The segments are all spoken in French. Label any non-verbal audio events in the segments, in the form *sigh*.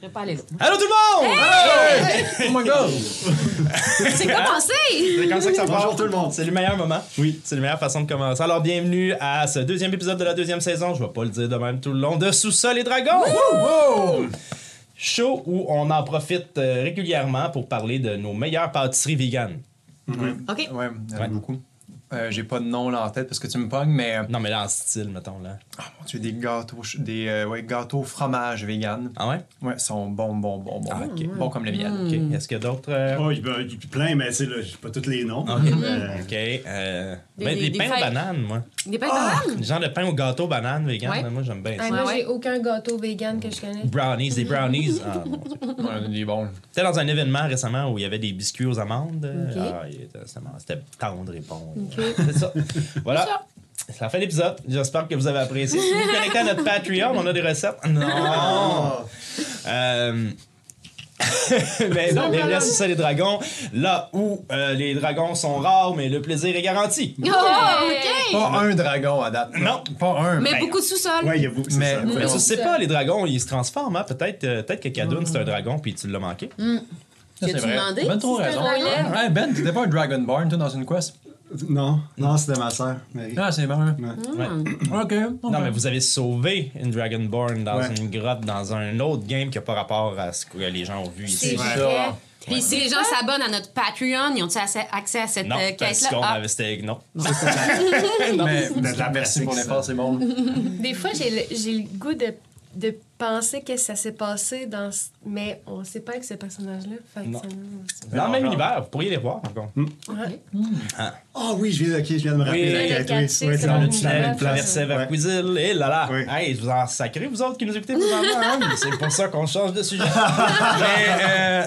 Je vais pas aller là. Allô tout le monde! Oh my god! C'est commencé! C'est comme ça que ça part. Bonjour tout le monde. C'est le meilleur moment. Oui. C'est la meilleure façon de commencer. Alors, bienvenue à ce deuxième épisode de la deuxième saison. Je vais pas le dire de même tout le long. De Sous-sol et Dragons. Wouh! Show où on en profite euh, régulièrement pour parler de nos meilleures pâtisseries vegan. OK. Ouais, il y en a Ouais. beaucoup. Euh, J'ai pas de nom là en tête parce que tu me pognes, mais euh, Non, mais là, en style, mettons, là. ah, mon Dieu, des gâteaux, ch- des euh, ouais, gâteaux fromage vegan. Ah ouais? Ouais, ils sont bons, bons, bons, bons. Ah, ok. Bons comme le miel. Mm. OK. Est-ce qu'il y a d'autres... euh, Oh, il y a il y a plein, mais c'est là, j'ai pas tous les Ah, noms. OK. Euh, OK. euh, Des- ben, des, des- des pains aux feuilles. bananes, moi. Des pains de bananes? Le genre de pain au gâteau banane vegan, Ouais. là, moi, j'aime bien Ah, ça. moi, Ouais, ouais. j'ai aucun gâteau vegan que je connais. Brownies, des brownies. Ah, mon Dieu. Ouais, Il y en a des bons. C'était dans un événement récemment où il y avait des biscuits aux amandes. Ok. Ah, il était- C'était tendre et bon. *laughs* C'est ça. Voilà. C'est la fin de l'épisode. J'espère que vous avez apprécié. Si vous vous connectez à notre Patreon, on a des recettes. Non! Euh, *laughs* mais non, bienvenue à ça les dragons, là où euh, les dragons sont rares, mais le plaisir est garanti. Oh, Pas OK! Mm. un dragon à date. Non. Pas un. Mais Ben, beaucoup de sous-sol. Euh, Ouais, il y a beaucoup. c'est Mais- ça. mais- Mais tu Non. sais pas, les dragons, ils se transforment. Hein? Peut-être euh, peut-être que Cadoun, c'est un dragon, puis tu l'as manqué. Ça, As-tu c'est vrai. demandé Ben, trop si c'était raison. un dragon? Ouais, ben, t'étais pas un Dragonborn, toi, dans une quest? Non, non, c'était ma sœur. mais- Ah, c'est bon. Ouais. Ok. Mm. Non, mais vous avez sauvé une Dragonborn dans Ouais. une grotte, dans un autre game qui n'a pas rapport à ce que les gens ont vu C'est ici. Ouais. vrai. Puis si les gens s'abonnent à notre Patreon, ils ont-ils assez- accès à cette Non, euh, parce caisse-là? qu'on Ah. avait c'était non. Mais, de la merci pratique, pour ça. l'effort, c'est bon. Des fois, j'ai le, j'ai le goût de, de penser que ça s'est passé dans. ce- Mais on sait pas avec ce personnage-là. Fait que Non. ça nous- Dans le même Encore. univers, vous pourriez les voir par contre. Mm-hmm. Ah oui, je viens, ok, je viens de me rappeler Oui, la oui, quête. le oui, quartier, oui, c'est dans dans le le tunnel, Tunnel, univers, place. traversé vers Ouais. Cuisil, et là là. Oui. Hey, je vous en sacrez, vous autres qui nous écoutez présentement. hein? C'est pour ça qu'on change de *laughs* sujet. mais, euh,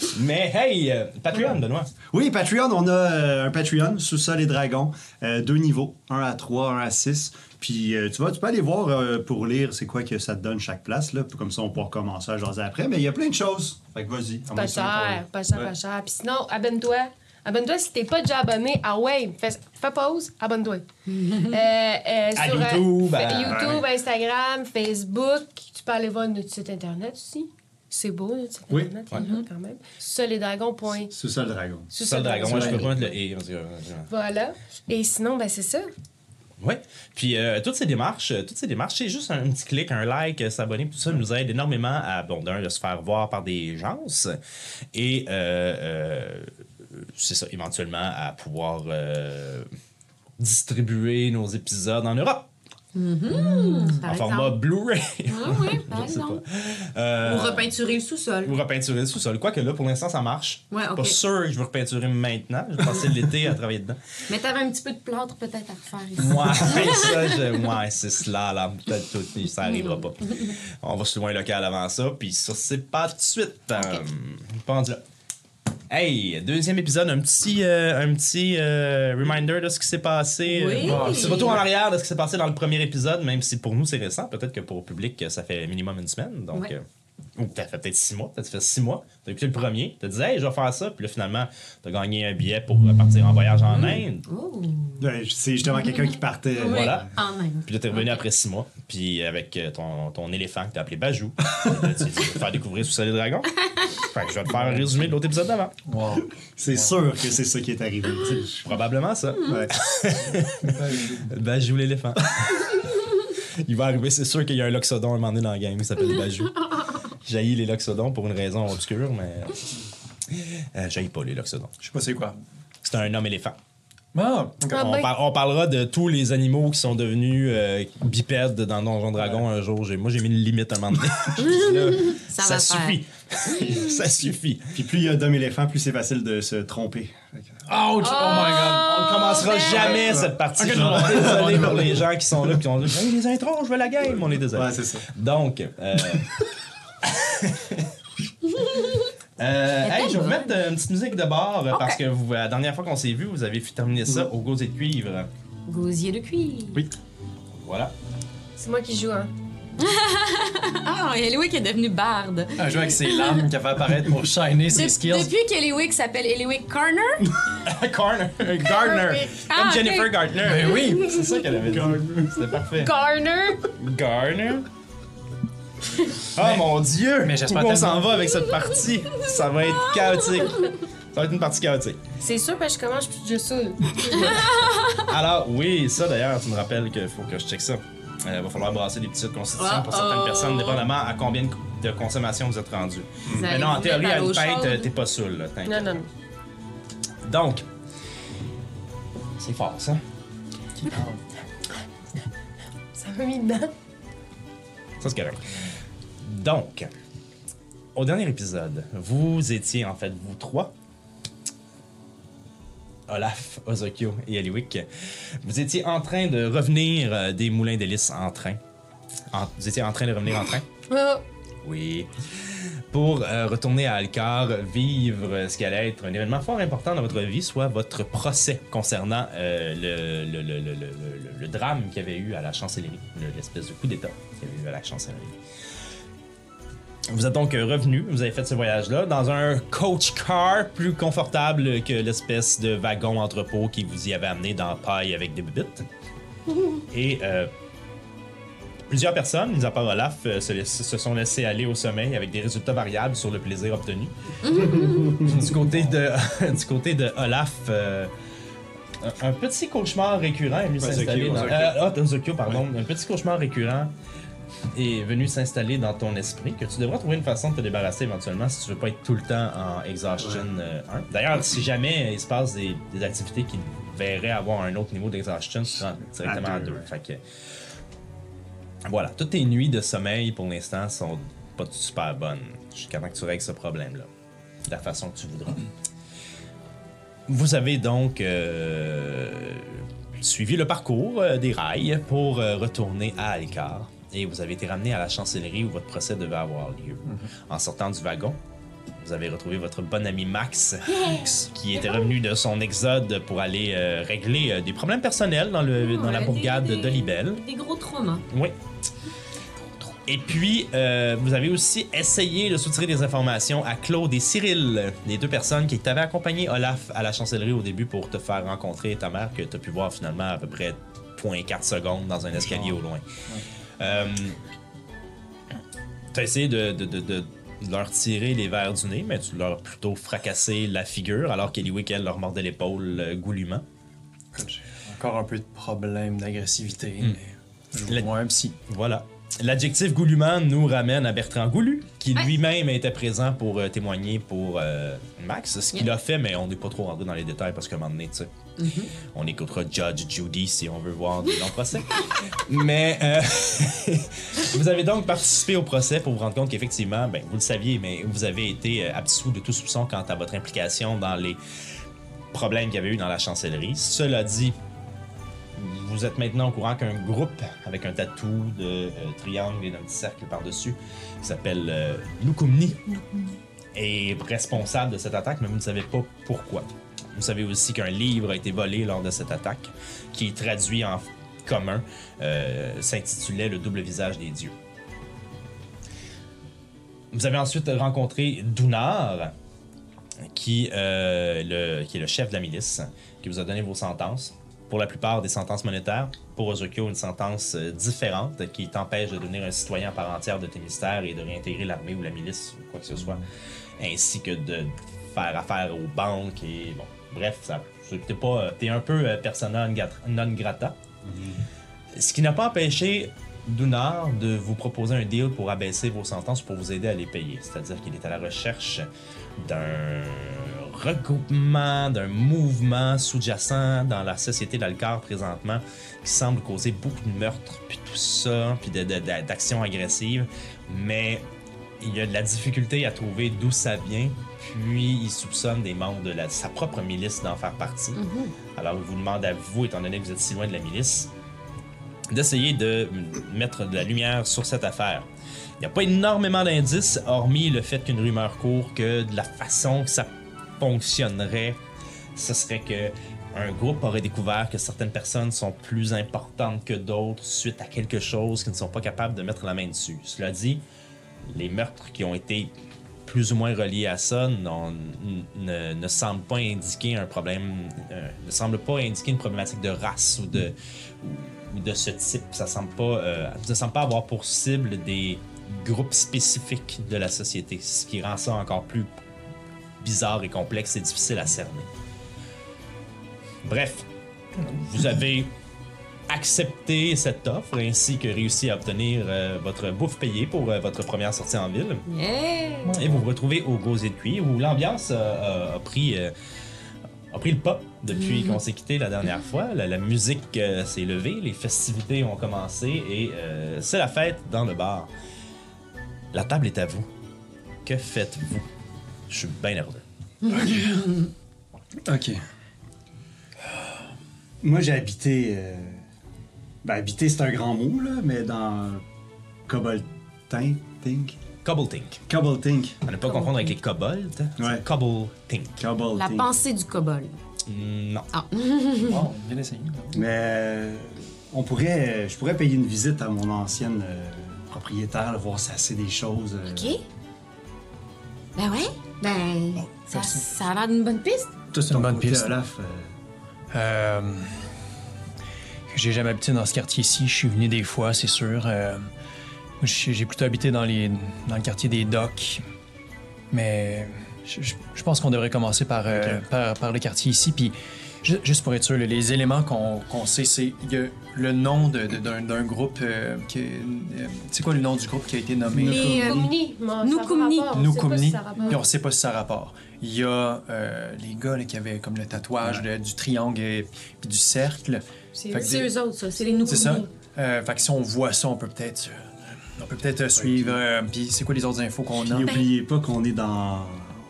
*laughs* mais hey, euh, Patreon, Benoît. Oui, Patreon, on a euh, un Patreon, Sous-sol et Dragons, euh, deux niveaux, un à 3, un à 6. Puis euh, tu vas, tu peux aller voir euh, pour lire c'est quoi que ça te donne chaque place, là, comme ça on pourra commencer à jaser après. Mais il y a plein de choses. Fait que vas-y. Pas cher, pas cher, pas cher. Puis sinon, abonne-toi. Abonne-toi si t'es pas déjà abonné. Ah ouais, fais, fais pause, abonne-toi. *laughs* Euh, euh, À sur, euh, YouTube, fa- à- YouTube, Instagram, Facebook. Tu peux aller voir notre site internet aussi. C'est beau, notre site Oui. internet, il y en a quand même. Solidragon.sous- Sous-sol Dragon. Ça, le dragon, moi je peux Solidragon. pas mettre le et. parce que, euh, Voilà. Et sinon, ben c'est ça. Oui. Puis euh, toutes ces démarches, euh, toutes ces démarches, c'est juste un, petit clic, un like, euh, s'abonner, tout ça nous aide énormément à bon d'un de se faire voir par des gens et euh, euh, c'est ça éventuellement à pouvoir euh, distribuer nos épisodes en Europe hmm, Par en exemple. format Blu-ray. Ah oui, par exemple. Euh, Ou repeinturer le sous-sol. *laughs* ou repeinturer le sous-sol. Quoique là, pour l'instant, ça marche. Ouais, Je suis ok. Pas sûr que je veux repeinturer maintenant. J'ai passé l'été à travailler dedans. Mais t'avais un petit peu de plâtre peut-être à refaire ici. *laughs* Ouais, ben, ça, je- ouais, c'est cela, là. Peut-être tout, mais ça arrivera pas. On va sur le moins local avant ça, puis ça, c'est pas tout de suite. euh, pas rendu là. Hey, deuxième épisode, un petit, euh, un petit euh, reminder de ce qui s'est passé. Oui. Euh, un petit retour en arrière de ce qui s'est passé dans le premier épisode, même si pour nous c'est récent. Peut-être que pour le public, euh, ça fait minimum une semaine. Donc, Ouais. euh, ou t'as fait peut-être six mois, peut-être ça fait six mois. T'as écouté le premier, t'as dit, hey, je vais faire ça, puis là, finalement, t'as gagné un billet pour euh, partir en voyage en Inde. Oh. Ouais, c'est Mm-hmm. justement quelqu'un qui partait. Voilà. En même. Puis là, t'es revenu après six mois, puis avec euh, ton, ton éléphant que t'as appelé Bajou. *laughs* Là, tu dis, Je vais te faire découvrir sous les dragons. Fait que je vais te faire un résumé de l'autre épisode d'avant. Wow. C'est sûr que c'est ça qui est *laughs* arrivé. tu sais. Probablement ça. Ouais. Bajou l'éléphant. *laughs* Il va arriver, c'est sûr qu'il y a un loxodon à un moment donné dans le game, il s'appelle Bajou. J'haïs les loxodons pour une raison obscure, mais. Euh, J'haïs pas les loxodons. Je sais pas c'est quoi. C'est un homme éléphant. Ah, Ah On, ben. par- on parlera de tous les animaux qui sont devenus euh, bipèdes dans Donjon Dragon un jour. J'ai- Moi, j'ai mis une limite à un moment donné. J'ai dit, là, Ça ça va faire. suffit. ça suffit. Puis plus il y a d'hommes éléphants, plus c'est facile de se tromper. Fait que- Ouch! Oh, my god! On ne commencera jamais cette partie. Ok, Je suis non. désolé pour les gens qui sont là qui ont dit Hey, les intros, je veux la game. On est désolé. Ouais, c'est ça. Donc, euh... euh, hey, je vais vous mettre euh, une petite musique de bord euh, parce que vous, la dernière fois qu'on s'est vu, vous avez terminé ça au gosier de cuivre. Gosier de cuir. Voilà. C'est moi qui joue, hein. *laughs* Ah, Eliwick est devenu barde. Ah, Un jeu avec ses lames qui a fait apparaître pour shiner ses De- skills. depuis qu'Eliwick s'appelle Eliwick Corner, *laughs* Corner. Gardner. Ah, Comme ok. Jennifer Gardner. Ben oui! C'est ça qu'elle avait dit. C'était parfait. Garner! Garner. Ah mon dieu! Mais j'espère Où on tellement- s'en va avec cette partie? Ça va être chaotique. Ça va être une partie chaotique. C'est sûr, parce que je commence, je saoule. Alors, oui, ça d'ailleurs, tu me rappelles qu'il faut que je check ça. Il va falloir brasser des petites constitutions pour certaines Uh-oh. personnes, dépendamment à combien de- de consommation vous êtes rendu. Vous Mais allez non, en Ben, vous théorie, mettre à l'eau une pinte, chaude. euh, t'es pas saoul, là. t'inquiète. Non, non, non. Donc, c'est fort, ça. Ça hein. m'a mis dedans. Ça, c'est correct. Donc, au dernier épisode, vous étiez, en fait, vous trois, Olaf, Ozokyo et Eliwick, vous étiez en train de revenir euh, des moulins d'hélice en train. En- vous étiez en train de revenir en train. Ah, Euh, Oui. Pour euh, retourner à Alcar, vivre euh, ce qui allait être un événement fort important dans votre vie, soit votre procès concernant euh, le, le- le- le- le- le- le drame qu'il y avait eu à la chancellerie, le- l'espèce de coup d'État qu'il y avait eu à la chancellerie. Vous êtes donc euh, revenu, vous avez fait ce voyage-là dans un coach car plus confortable que l'espèce de wagon entrepôt qui vous y avait amené dans paille avec des bibites. Et euh, Plusieurs personnes, mis à part Olaf, euh, se, laiss- se sont laissées aller au sommeil avec des résultats variables sur le plaisir obtenu. *laughs* du, côté de, du côté de Olaf, euh, un, un petit cauchemar récurrent est venu Ozokyo, s'installer dans... Ozokyo. euh, ah, Ozokyo, pardon. Un petit cauchemar récurrent est venu s'installer dans ton esprit que tu devras trouver une façon de te débarrasser éventuellement si tu veux pas être tout le temps en Exhaustion euh, 1. D'ailleurs, si jamais il se passe des, des activités qui te verraient avoir un autre niveau d'Exhaustion, tu te rends directement à deux, 2. ouais. Fait que... Voilà, toutes tes nuits de sommeil pour l'instant sont pas super bonnes. Jusqu'à temps que tu règles ce problème-là. De la façon que tu voudras. Vous avez donc euh, suivi le parcours euh, des rails pour euh, retourner à Alcar. Et vous avez été ramené à la chancellerie où votre procès devait avoir lieu. En sortant du wagon, vous avez retrouvé votre bon ami Max, qui était revenu de son exode pour aller euh, régler euh, des problèmes personnels dans, le, dans la Ouais, bourgade des- des- d'Olibel. Des gros traumas. Oui. Et puis, euh, vous avez aussi essayé de soutirer des informations à Claude et Cyril, les deux personnes qui t'avaient accompagné, Olaf, à la chancellerie au début pour te faire rencontrer ta mère, que tu as pu voir finalement à peu près 0.4 secondes dans un escalier au loin. tu as essayé de, de- de- de leur tirer les verres du nez, mais tu leur as plutôt fracassé la figure, alors qu'Eliwick, elle, leur mordait l'épaule euh, goulûment. J'ai encore un peu de problème d'agressivité. mais Je Le- vais voir un psy. Voilà. L'adjectif goulûment nous ramène à Bertrand Goulu, qui lui-même était présent pour euh, témoigner pour euh, Max, ce qu'il Yeah. a fait, mais on n'est pas trop rentré dans les détails parce qu'à un moment donné, tu sais, on écoutera Judge Judy si on veut voir des longs procès. *laughs* mais euh, *laughs* vous avez donc participé au procès pour vous rendre compte qu'effectivement, ben, vous le saviez, mais vous avez été euh, absous de tout soupçon quant à votre implication dans les problèmes qu'il y avait eu dans la chancellerie. Cela dit, vous êtes maintenant au courant qu'un groupe avec un tatou de euh, triangle et d'un petit cercle par-dessus qui s'appelle euh, Lukumni est responsable de cette attaque, mais vous ne savez pas pourquoi. Vous savez aussi qu'un livre a été volé lors de cette attaque, qui est traduit en commun, euh, s'intitulait Le double visage des dieux. Vous avez ensuite rencontré Dunar, qui, euh, le- qui est le chef de la milice, qui vous a donné vos sentences. Pour la plupart des sentences monétaires, pour Ozokyo, une sentence euh, différente qui t'empêche de devenir un citoyen à part entière de tes ministères et de réintégrer l'armée ou la milice ou quoi que ce soit, ainsi que de faire affaire aux banques et bon, bref, ça, c'est- t'es pas, euh, t'es un peu euh, persona non grat- non grata. Ce qui n'a pas empêché Dunar de vous proposer un deal pour abaisser vos sentences pour vous aider à les payer. C'est-à-dire qu'il est à la recherche d'un regroupement, d'un mouvement sous-jacent dans la société d'Alcar présentement qui semble causer beaucoup de meurtres, puis tout ça, puis de- de- de- d'actions agressives. Mais il y a de la difficulté à trouver d'où ça vient, puis il soupçonne des membres de la- sa propre milice d'en faire partie. Alors il vous demande à vous, étant donné que vous êtes si loin de la milice, d'essayer de mettre de la lumière sur cette affaire. Il n'y a pas énormément d'indices, hormis le fait qu'une rumeur court que de la façon que ça fonctionnerait, ce serait que un groupe aurait découvert que certaines personnes sont plus importantes que d'autres suite à quelque chose qu'ils ne sont pas capables de mettre la main dessus. Cela dit, les meurtres qui ont été plus ou moins reliés à ça n'ont- n- ne, ne semblent pas indiquer un problème, euh, ne semblent pas indiquer une problématique de race ou de, ou de ce type. Ça semble pas, euh, ça semble pas avoir pour cible des groupes spécifiques de la société, ce qui rend ça encore plus bizarre et complexe et difficile à cerner. Bref, vous avez accepté cette offre ainsi que réussi à obtenir euh, votre bouffe payée pour euh, votre première sortie en ville. Yeah! Et vous vous retrouvez au Gosier de Puy où l'ambiance euh, a, a pris, euh, a pris le pas depuis qu'on s'est quitté la dernière fois. La, la musique euh, s'est levée, les festivités ont commencé et euh, c'est la fête dans le bar. La table est à vous. Que faites-vous? Je suis bien nerveux. Ok. Moi, j'ai habité. euh, Ben, habiter, c'est un grand mot, là, mais dans. Cobaltink. Tink. Cobbletink. Cobaltink. À ne pas confondre avec les kobolds. Ouais. C'est Cobbletink. La Cobaltink. pensée du cobol. Non. Bon, bien essayé. Mais euh, on pourrait, euh, je pourrais payer une visite à mon ancienne euh, propriétaire, là, voir si elle sait des choses. euh. OK? Ben ouais. Ben, ça, ça a l'air d'une bonne piste. Toi, c'est une ton bonne côté, piste. Olaf, euh, Euh, j'ai jamais habité dans ce quartier-ci. Je suis venu des fois, c'est sûr. Euh, j'ai j'ai plutôt habité dans, les, dans le quartier des docks. Mais je, je- je pense qu'on devrait commencer par, euh, par, par le quartier ici. Puis, ju- juste pour être sûr, là, les éléments qu'on qu'on sait, c'est il y a le nom de- de- d'un d'un groupe. euh, qui- euh, c'est quoi le nom du groupe qui a été nommé? Les, euh, Koumni. moi, Nous ça Koumni. rapporte, on Nous sait pas si Koumni, ça rapporte. puis on sait pas si ça rapporte. Il y a euh, les gars là, qui avaient comme le tatouage de- du triangle et puis du cercle. C'est Fait que C'est des- eux autres, ça. C'est les nouveaux. c'est ça. Euh, fait que si on voit ça, on peut peut-être euh, on peut peut-être euh, suivre. euh, puis c'est quoi les autres infos qu'on Puis a? Ben- n'oubliez pas qu'on est dans,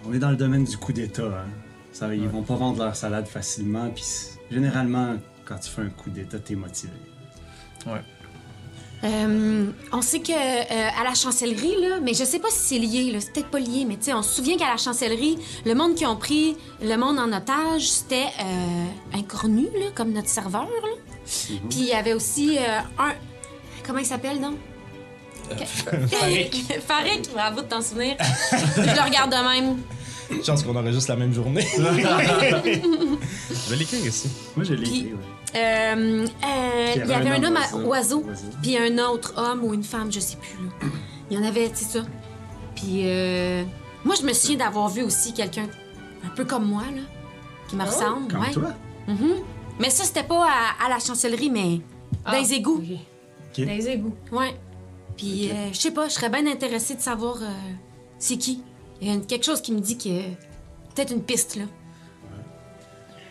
on est dans le domaine du coup d'État. hein. Ça, ils vont pas vendre leur salade facilement. Puis c'est- généralement, quand tu fais un coup d'État, t'es motivé. Ouais. Euh, on sait que euh, à la chancellerie, là, mais je sais pas si c'est lié, là, c'est peut-être pas lié, mais tu sais, on se souvient qu'à la chancellerie, le monde qui ont pris le monde en otage, c'était euh, un cornu, là, comme notre serveur. Là. Puis il y avait aussi euh, un. Comment il s'appelle, donc? Farik. *laughs* Farik, bravo de t'en souvenir. je le regarde de même. Chance qu'on aurait juste la même *laughs* journée. Je vais l'écrire ici. Moi, je l'ai Puis- été, ouais. Euh, euh, il y avait un homme à oiseau, Oiseau. puis un autre homme ou une femme, je sais plus. là. Il y en avait, c'est ça. Puis euh, moi, je me souviens d'avoir vu aussi quelqu'un un peu comme moi, là, qui me ressemble. Comme ouais. Mhm. toi. Mais ça, c'était pas à, à la chancellerie, mais Ah, dans les égouts. ok. Dans les égouts. Ouais. Puis euh, je sais pas, je serais bien intéressée de savoir euh, c'est qui. Il y a une- quelque chose qui me dit que peut-être une piste, là.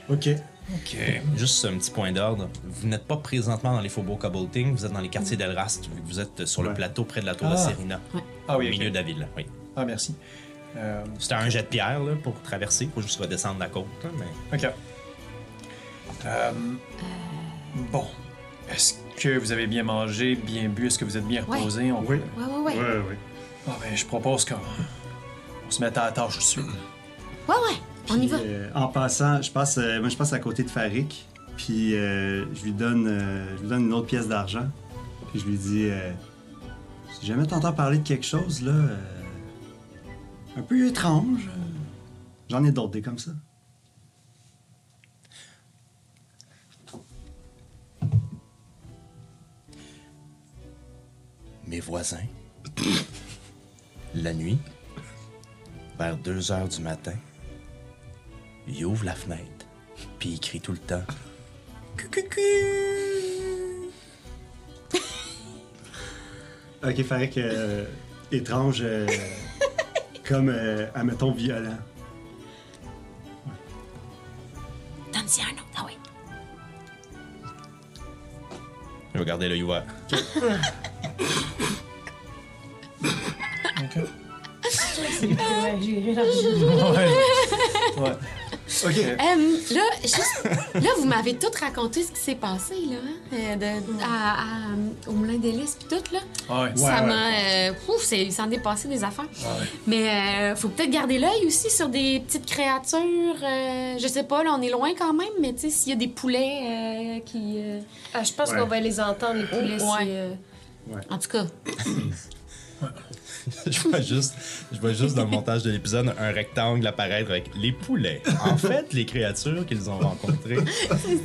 Ok. Ok. Juste un petit point d'ordre. Vous n'êtes pas présentement dans les faubourgs Cobolting, vous êtes dans les quartiers d'Elrast, vu que vous êtes sur le Ouais. plateau près de la tour de Ah. Serena, Ah oui, au ok. milieu de la ville. Oui. Ah merci. Euh, C'était un jet de pierre là, pour traverser, pour juste redescendre la côte. là, mais... ok. Euh, bon. Est-ce que vous avez bien mangé, bien bu? Est-ce que vous êtes bien Ouais. reposé? On- Ouais, Oui. ouais, ouais. Ouais, Ouais, ouais. Ah, ben, je propose qu'on on se mette à la tâche tout de suite. ouais. On y Puis, va. euh, en passant, je passe, euh, moi, je passe à côté de Farik, puis euh, je, lui donne, euh, je lui donne une autre pièce d'argent, puis je lui dis euh, Si jamais t'entends parler de quelque chose, là, euh, un peu étrange, euh, j'en ai d'autres des comme ça. Mes voisins, *laughs* la nuit, vers 2 heures du matin, ils ouvrent la fenêtre, puis ils crient tout le temps. Ok, Farik, euh, étrange, euh, *laughs* comme, euh, admettons, violent. Donne-y un autre. Ah ouais. Regardez le ouvert. *laughs* Ok. Ouais, j'ai l'argent. *laughs* ouais. Ouais. Ok. Euh, là, juste- là, vous m'avez tout raconté ce qui s'est passé, là, hein, euh, de- à- à- au Moulin d'Hélice puis tout, là. Ouais. ça m'a... euh, ouf, c'est- il s'en est passé des affaires. Mais euh, faut peut-être garder l'œil aussi sur des petites créatures. euh, je sais pas, là, on est loin quand même, mais tu sais, s'il y a des poulets euh, qui... euh, Ah, je pense Ouais. qu'on va les entendre, les poulets. Ouais. si, euh, En tout cas, je vois juste, je vois juste dans le montage de l'épisode un rectangle apparaître avec les poulets. En *laughs* fait, les créatures qu'ils ont *laughs* rencontrées. C'est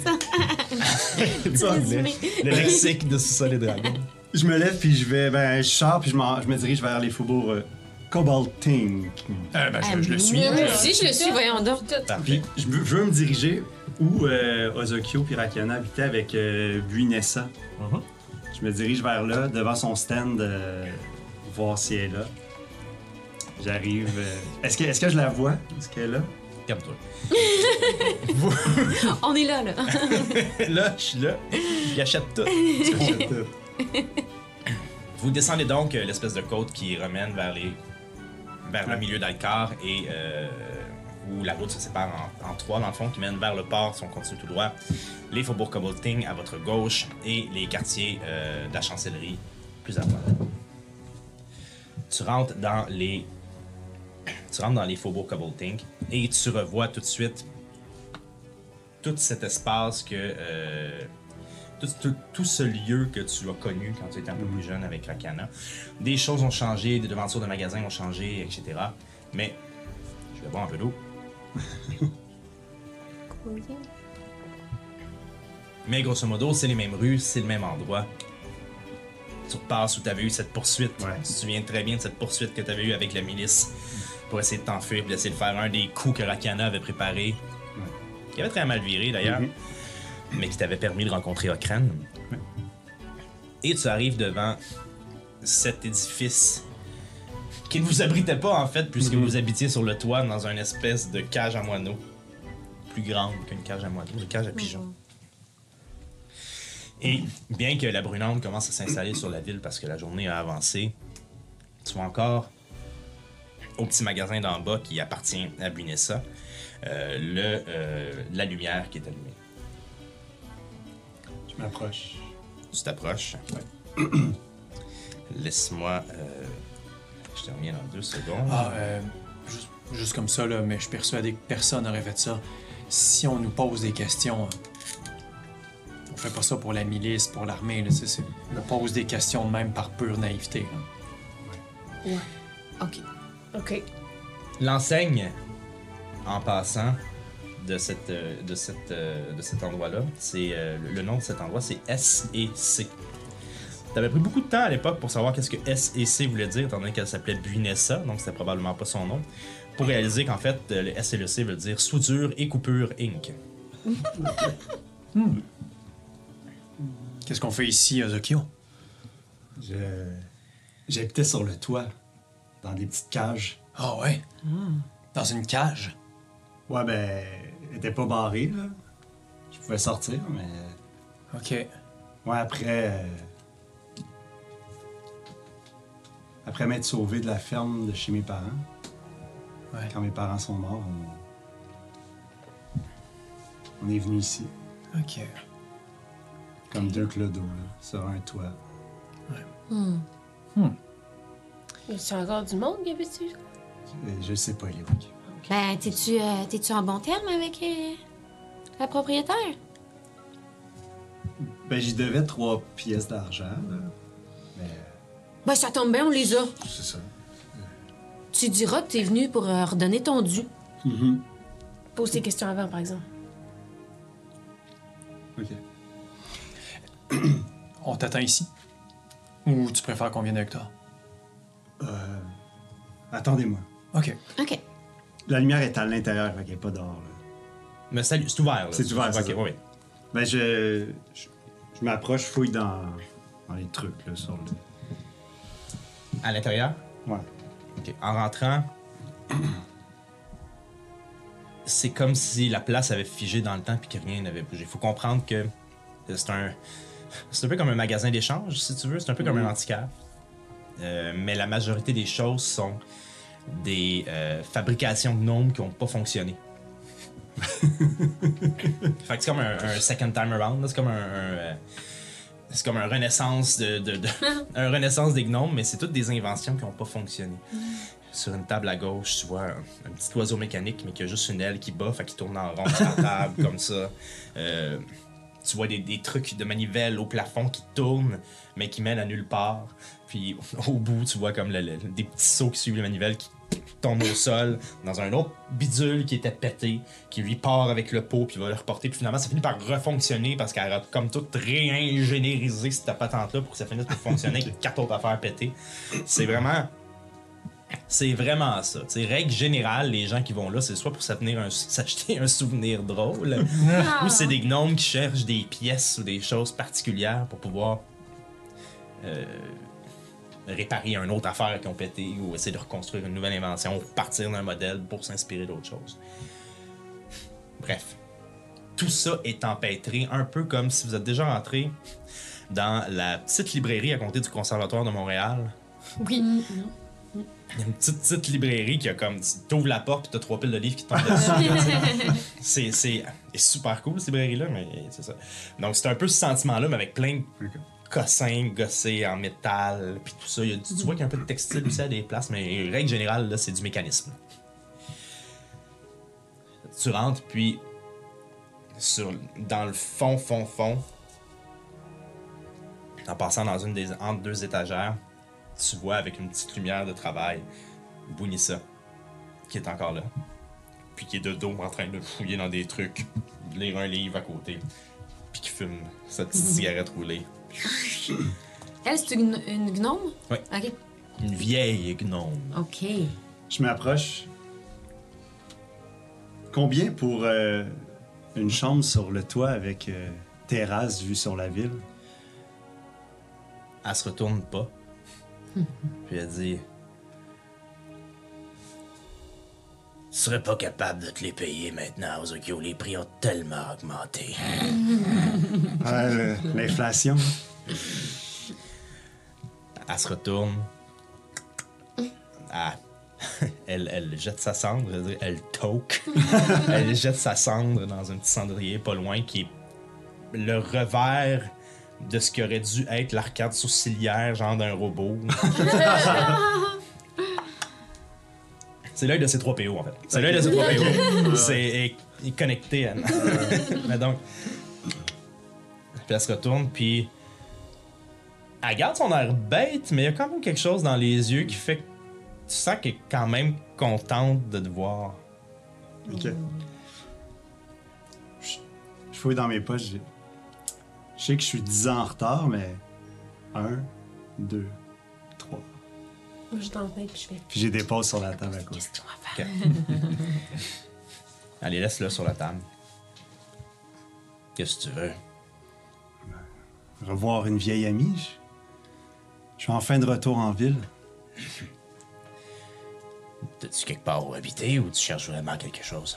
ça. résumé. le lexique de sous et Dragon. Je me lève, puis je vais. Ben, je sors, puis je, m'en- je me dirige vers les faubourgs euh, Cobaltink. Euh, ben, je, je le suis. Moi je- aussi, je le suis, voyons donc. Parfait. Puis je veux- je veux me diriger où euh, Ozokyo puis Rakiana habitaient avec euh, Buinessa. Mhm. Je me dirige vers là, devant son stand, euh, voir si elle est là. J'arrive. euh, Est-ce que, est que je la vois? Est-ce qu'elle *laughs* est là? Calme-toi. On est là, là. là, je suis là. J'achète tout. Vous descendez donc euh, l'espèce de côte qui remène vers les vers le milieu d'Alcar et euh, où la route se sépare en, en trois dans le fond qui mène vers le port si on continue tout droit. Les faubourgs Cobolting à votre gauche et les quartiers euh, de la chancellerie plus à droite. Tu rentres dans les *coughs* tu rentres dans les faubourgs Cobolting et tu revois tout de suite tout cet espace que euh, tout, tout- tout ce lieu que tu as connu quand tu étais un peu plus jeune avec Rakana. Des choses ont changé, des devantures de magasins ont changé, etc. Mais je vais boire un peu d'eau. Mais grosso modo, c'est les mêmes rues, c'est le même endroit. Tu repasses où tu avais eu cette poursuite. Ouais. Tu te souviens très bien de cette poursuite que tu avais eue avec la milice pour essayer de t'enfuir et d'essayer de faire un des coups que Rakana avait préparé. Qui avait très mal viré d'ailleurs, mais qui t'avait permis de rencontrer Okran. Et tu arrives devant cet édifice qui ne vous abritait pas en fait, puisque vous habitiez sur le toit dans une espèce de cage à moineaux. Plus grande qu'une cage à moineaux, une cage à pigeons. Et bien que la brunante commence à s'installer sur la ville parce que la journée a avancé, tu vas encore au petit magasin d'en bas qui appartient à Bunessa, euh, le, euh, la lumière qui est allumée. Je m'approche. Tu t'approches. Laisse-moi. euh, je te reviens dans deux secondes. Ah, euh, juste, juste comme ça, là, mais je suis persuadé que personne n'aurait fait ça. Si on nous pose des questions, euh, on fait pas ça pour la milice, pour l'armée. là, c'est- c'est- On pose des questions de même par pure naïveté. là. OK. OK. L'enseigne, en passant de, cette, euh, de, cette, euh, de cet endroit-là, c'est euh, le- le nom de cet endroit, c'est S et C. T'avais pris beaucoup de temps à l'époque pour savoir qu'est-ce que S et C voulait dire, étant donné qu'elle s'appelait Buinessa, donc c'était probablement pas son nom, pour réaliser qu'en fait, euh, le S et le C veut dire soudure et coupure Inc. Qu'est-ce qu'on fait ici, Ozokyo? Je... J'habitais sur le toit, dans des petites cages. Ah ouais? Hmm. Dans une cage? Ouais, ben, elle était pas barrée, là. Je pouvais sortir, mais. Ok. Ouais, après. euh, Après m'être sauvé de la ferme de chez mes parents. Ouais. Quand mes parents sont morts, on, on est venu ici, Ok. comme deux clodos, là, sur un toit. Y a encore du monde qui habite ici? Je- Je sais pas, Léoc. Ben, t'es-tu euh, t'es-tu en bon terme avec euh, la propriétaire? Ben, j'y devais trois pièces d'argent, là. Mais. Ben, ça tombe bien, on les a. C'est ça. Tu diras que t'es venu pour euh, redonner ton dû. Mm-hmm. Pose tes questions avant, par exemple. Ok. On t'attend ici? Ou tu préfères qu'on vienne avec toi? Euh, Attendez-moi. Ok. OK. La lumière est à l'intérieur, fait qu'elle est pas dehors, là. Mais salut, c'est ouvert. là. C'est ouvert, Ok, c'est ça. oui, oui. Ben, je. Je, je m'approche, fouille dans. dans les trucs, là, sur le. À l'intérieur, Ouais. Ok. En rentrant, c'est comme si la place avait figé dans le temps puis que rien n'avait bougé. Faut comprendre que c'est un, c'est un peu comme un magasin d'échange, si tu veux. C'est un peu comme un antiquaire. Euh, mais la majorité des choses sont des euh, fabrications gnomes qui n'ont pas fonctionné. fait que c'est comme un, un second time around. là. C'est comme un, un, euh, c'est comme un renaissance de, de- de- un renaissance des gnomes, mais c'est toutes des inventions qui n'ont pas fonctionné. Sur une table à gauche, tu vois un, un petit oiseau mécanique, mais qui a juste une aile qui bat, fait qu'il tourne en rond sur la table comme ça. Euh, tu vois des, des trucs de manivelle au plafond qui tournent, mais *laughs* qui mènent à nulle part. Puis au bout, tu vois comme le- le- des petits sauts qui suivent les manivelles qui tombe au sol dans un autre bidule qui était pété, qui lui part avec le pot, puis va le reporter. Puis finalement, ça finit par refonctionner parce qu'elle a comme tout réingénierisé cette patente-là pour que ça finisse par fonctionner avec quatre autres affaires pétées. C'est vraiment. C'est vraiment ça. C'est règle générale, les gens qui vont là, c'est soit pour s'avenir un- *laughs* s'acheter un souvenir drôle, ou c'est des gnomes qui cherchent des pièces ou des choses particulières pour pouvoir euh, réparer une autre affaire qui ont pété ou essayer de reconstruire une nouvelle invention ou partir d'un modèle pour s'inspirer d'autre chose. Bref, tout ça est empêtré un peu comme si vous êtes déjà rentré dans la petite librairie à côté du Conservatoire de Montréal. Oui. Mm. Il y a une petite, petite librairie qui a comme. tu- T'ouvres la porte puis t'as trois piles de livres qui tombent dessus. c'est, c'est, c'est super cool, cette librairie-là, mais c'est ça. Donc, c'est un peu ce sentiment-là, mais avec plein de cossins gossés en métal, puis tout ça. Il y a du- tu vois qu'il y a un peu de textile aussi à des places, mais règle générale, là, c'est du mécanisme. Tu rentres, puis sur, dans le fond, fond, fond, en passant dans une des entre deux étagères, tu vois avec une petite lumière de travail Bounissa, qui est encore là, puis qui est de dos en train de fouiller dans des trucs, de lire un livre à côté, puis qui fume sa petite cigarette roulée. Elle, c'est une, une gnome? Oui. OK. Une vieille gnome. OK. Je m'approche. Combien pour euh, une chambre sur le toit avec euh, terrasse vue sur la ville? Elle se retourne pas, puis elle dit Tu serais pas capable de te les payer maintenant, Ozokyo. Les prix ont tellement augmenté. Ah, le- *laughs* L'inflation. Elle se retourne. Elle, Ah. *laughs* elle, elle jette sa cendre, je veux dire, elle toque. elle jette sa cendre dans un petit cendrier pas loin qui est le revers de ce qui aurait dû être l'arcade sourcilière, genre d'un robot. C'est l'œil de ces 3 PO en fait. C'est l'œil de ces 3 PO. C'est est- est connecté à. Mais donc. Puis elle se retourne, puis. Elle garde son air bête, mais il y a quand même quelque chose dans les yeux qui fait que tu sens qu'elle est quand même contente de te voir. Ok. Je, je fouille dans mes poches. j'ai- Je sais que je suis 10 ans en retard, mais. Un, deux, trois. Moi, je t'en fais, puis je fais. Puis j'ai des pauses sur la table à cause. Qu'est-ce qu'on va faire? Elle les laisse là sur la table. Qu'est-ce que tu veux? Revoir une vieille amie. Je, je suis enfin de retour en ville. T'as-tu quelque part où habiter ou tu cherches vraiment quelque chose?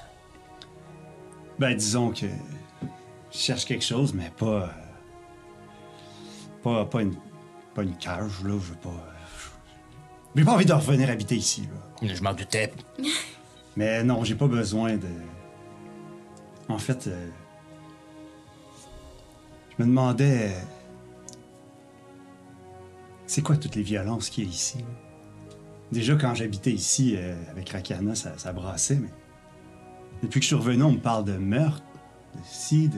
Ben, disons que je cherche quelque chose, mais pas. euh, Pas, pas, une, pas une cage, là. Je veux pas. euh, J'ai pas envie de revenir habiter ici, là. Je m'en doutais. Mais non, j'ai pas besoin de. En fait, euh, je me demandais. euh, C'est quoi toutes les violences qu'il y a ici? là? Déjà, quand j'habitais ici euh, avec Rakana, ça, ça brassait, mais. Depuis que je suis revenu, on me parle de meurtre, de ci, de.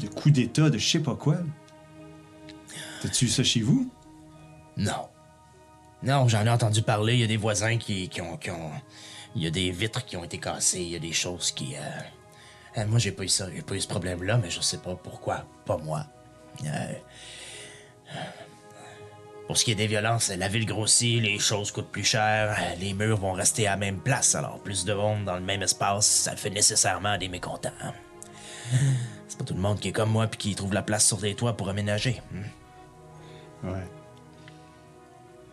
de coup d'État, de je sais pas quoi. là. T'as-tu eu ça chez vous? Non. Non, j'en ai entendu parler. Il y a des voisins qui, qui ont, qui ont- Il y a des vitres qui ont été cassées. Il y a des choses qui. euh, euh, moi, j'ai pas eu ça. J'ai pas eu ce problème-là, mais je sais pas pourquoi. Pas moi. Euh, euh, Pour ce qui est des violences, la ville grossit, les choses coûtent plus cher, euh, les murs vont rester à la même place, alors plus de monde dans le même espace, ça fait nécessairement des mécontents. C'est pas tout le monde qui est comme moi puis qui trouve la place sur des toits pour aménager. hein. Ouais.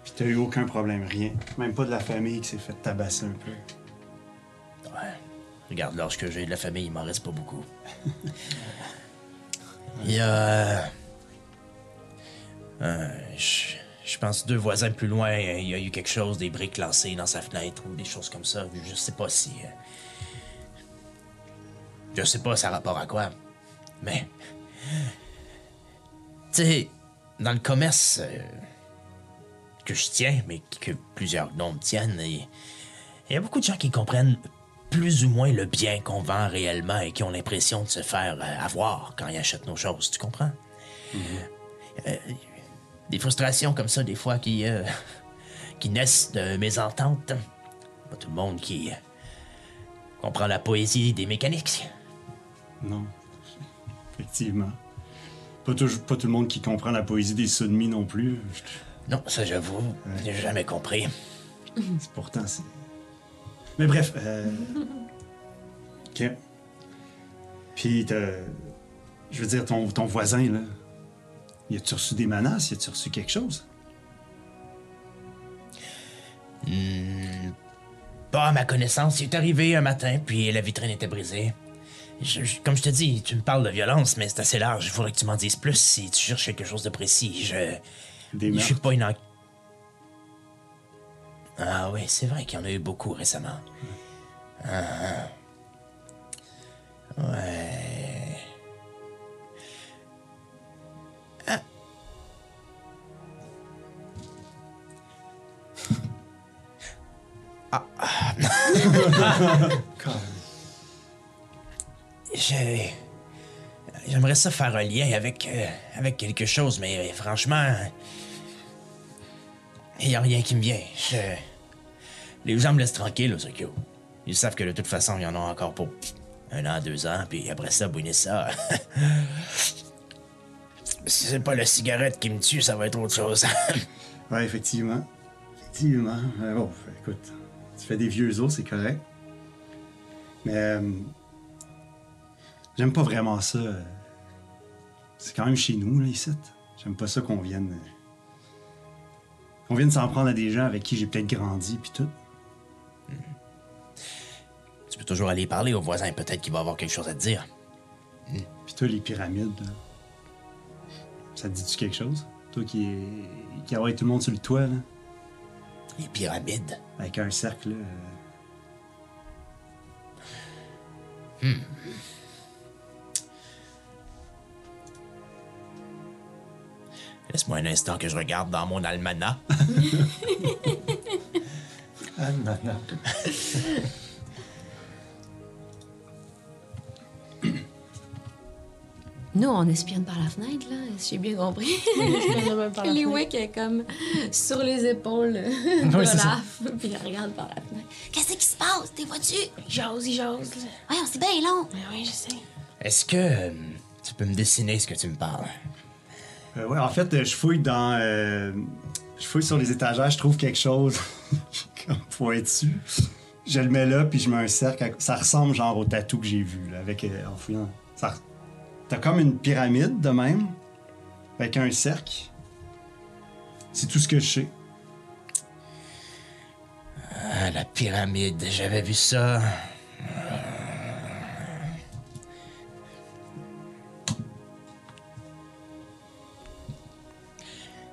Puis t'as eu aucun problème, rien. Même pas de la famille qui s'est fait tabasser un peu. Ouais. Regarde, lorsque j'ai de la famille, il m'en reste pas beaucoup. il y a. euh, un- je je pense deux voisins plus loin, euh, il y a eu quelque chose, des briques lancées dans sa fenêtre ou des choses comme ça. Je sais pas si. euh, je sais pas ça a rapport à quoi. Mais. Tu sais, dans le commerce euh, que je tiens, mais que plusieurs noms tiennent, et. Il y a beaucoup de gens qui comprennent plus ou moins le bien qu'on vend réellement et qui ont l'impression de se faire euh, avoir quand ils achètent nos choses, tu comprends? Euh, *laughs* des frustrations comme ça, des fois, qui, euh, qui naissent de mésententes. Pas tout le monde euh, qui comprend la poésie des mécaniques. Non. Effectivement. Pas tout, pas tout le monde qui comprend la poésie des sodomies non plus. Non, ça j'avoue, j'ai jamais compris. C'est pourtant, c'est. Mais bref. euh, Ok. Puis, t'as- je veux dire, ton, ton voisin, là, il a-tu reçu des menaces? Il a-tu reçu quelque chose? Pas à ma connaissance, il est arrivé un matin, puis la vitrine était brisée. Je- je- comme je te dis, tu me parles de violence, mais c'est assez large. Il faudrait que tu m'en dises plus si tu cherches quelque chose de précis. Je. Des Je suis meurtres? pas une en- Ah oui, c'est vrai qu'il y en a eu beaucoup récemment. Ah, ah. Ouais. Ah. Ah, ah. *laughs* J'ai- J'aimerais ça faire un lien avec, euh, avec quelque chose, mais euh, franchement, il a rien qui me vient. Je- Les gens me laissent tranquille, au Tokyo. Ils savent que de toute façon, il y en a encore pour un an, deux ans, puis après ça, bouiner ça. *laughs* si c'est pas la cigarette qui me tue, ça va être autre chose. *laughs* Ouais, effectivement. Effectivement. Mais bon, fait- écoute, tu fais des vieux os, c'est correct. Mais euh, j'aime pas vraiment ça. euh, C'est quand même chez nous, là, ici. J'aime pas ça qu'on vienne. euh, Qu'on vienne s'en prendre à des gens avec qui j'ai peut-être grandi, puis tout. tu peux toujours aller parler aux voisins, peut-être qu'il va avoir quelque chose à te dire. Puis toi, les pyramides, là, ça te dit-tu quelque chose? Toi qui, qui envoie tout le monde sur le toit, là, Les pyramides. avec un cercle, là, euh, Laisse-moi un instant que je regarde dans mon almanach. Ah, Nous, on espionne par la fenêtre, là, si j'ai bien compris. *laughs* Liwick est comme sur les épaules euh, *laughs* Oui, c'est ça. d'Olaf, puis elle regarde par la fenêtre. Qu'est-ce qui se passe? T'es vois-tu? J'ose, il jase. là. Ouais, on s'est bien long. Mais oui, je sais. Est-ce que euh, tu peux me dessiner ce que tu me parles? Euh, ouais, en fait, euh, je fouille dans. euh, je fouille sur les étagères, je trouve quelque chose. *laughs* Comme point dessus. Je le mets là, puis je mets un cercle. à- Ça ressemble genre au tatou que j'ai vu, là, avec, euh, en fouillant. Ça re- T'as comme une pyramide de même, avec un cercle. C'est tout ce que je sais. Ah, la pyramide, j'avais vu ça.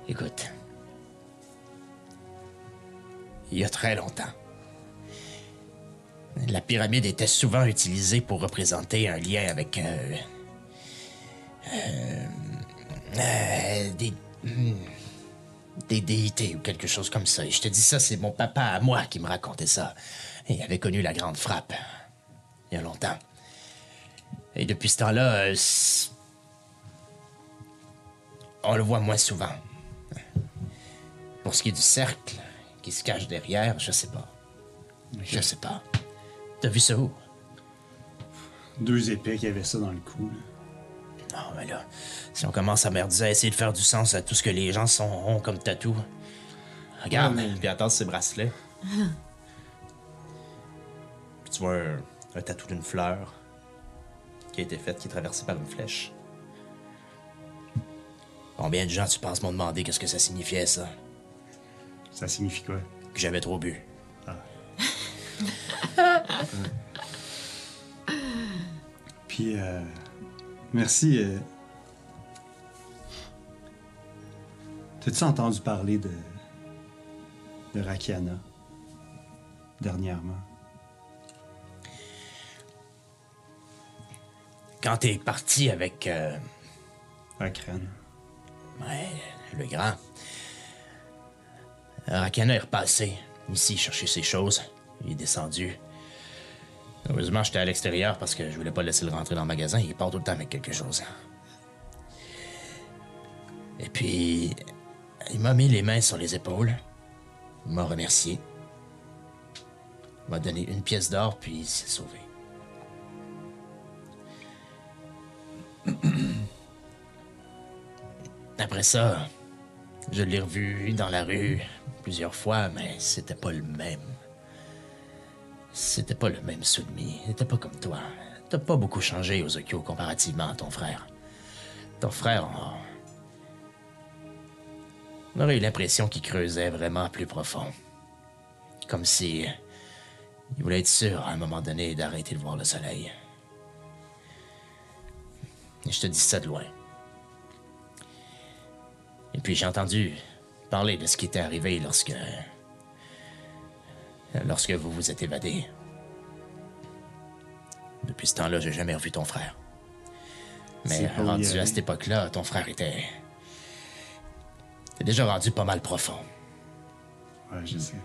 Écoute. Il y a très longtemps. La pyramide était souvent utilisée pour représenter un lien avec... euh, euh, euh, des... hmm, des déités ou quelque chose comme ça. Et je te dis ça, c'est mon papa à moi qui me racontait ça. Il avait connu la grande frappe. Il y a longtemps. Et depuis ce temps-là, euh, c'est- on le voit moins souvent. Pour ce qui est du cercle qui se cache derrière, je sais pas. Je sais pas. T'as vu ça où? Deux épées qui avaient ça dans le cou. là. Non, mais là, si on commence à merdiser, à essayer de faire du sens à tout ce que les gens sont, ont comme tatou. Regarde. Puis attends ses bracelets. Puis tu vois un, un tatou d'une fleur qui a été faite, qui est traversée par une flèche. Combien de gens tu penses m'ont demandé qu'est-ce que ça signifiait ça? Ça signifie quoi? Que j'avais trop bu. Puis, euh, merci. euh. T'as-tu entendu parler de. de Rakiana? Dernièrement. Quand t'es parti avec euh, Rakran. ouais, le grand, Rakana est repassé ici chercher ses choses. Il est descendu. Heureusement, j'étais à l'extérieur parce que je voulais pas le laisser le rentrer dans le magasin. Il part tout le temps avec quelque chose. Et puis, il m'a mis les mains sur les épaules. Il m'a remercié. Il m'a donné une pièce d'or, puis il s'est sauvé. Après ça, je l'ai revu dans la rue plusieurs fois, mais c'était pas le même. C'était pas le même Soudmi. Il était pas comme toi. T'as pas beaucoup changé, Ozokyo, comparativement à ton frère. Ton frère, on, on aurait eu l'impression qu'il creusait vraiment plus profond. Comme si il voulait être sûr, à un moment donné, d'arrêter de voir le soleil. Et je te dis ça de loin. Et puis j'ai entendu parler de ce qui était arrivé lorsque. lorsque vous vous êtes évadé. Depuis ce temps-là, j'ai jamais revu ton frère. Mais C'est pas où il rendu allait. à cette époque-là, ton frère était. était déjà rendu pas mal profond. Ouais, je sais.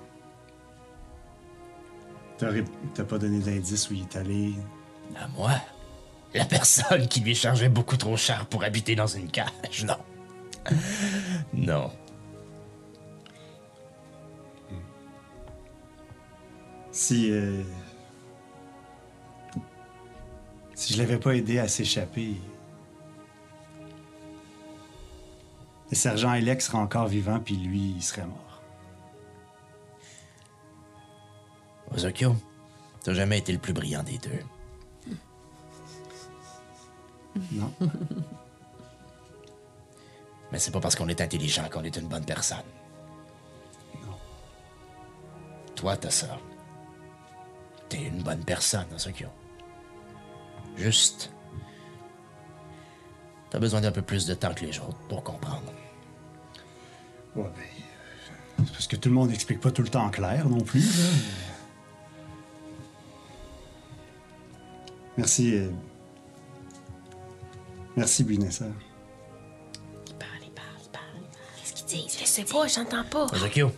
T'aurais- T'as pas donné d'indice où il est allé. À Ah, moi La personne qui lui chargeait beaucoup trop cher pour habiter dans une cage, non. Non. Si. euh, Si je l'avais pas aidé à s'échapper. Le sergent Alex serait encore vivant, puis lui, il serait mort. Ozokyo, t'as jamais été le plus brillant des deux. *laughs* Non? Mais c'est pas parce qu'on est intelligent qu'on est une bonne personne. Non. Toi, t'as ça. T'es une bonne personne, Ozokyo. Juste. T'as besoin d'un peu plus de temps que les autres pour comprendre. Ouais, ben. euh, C'est parce que tout le monde n'explique pas tout le temps clair non plus. là. Merci. euh, Merci, Bunessa. Je sais pas, j'entends pas. Ozokyo.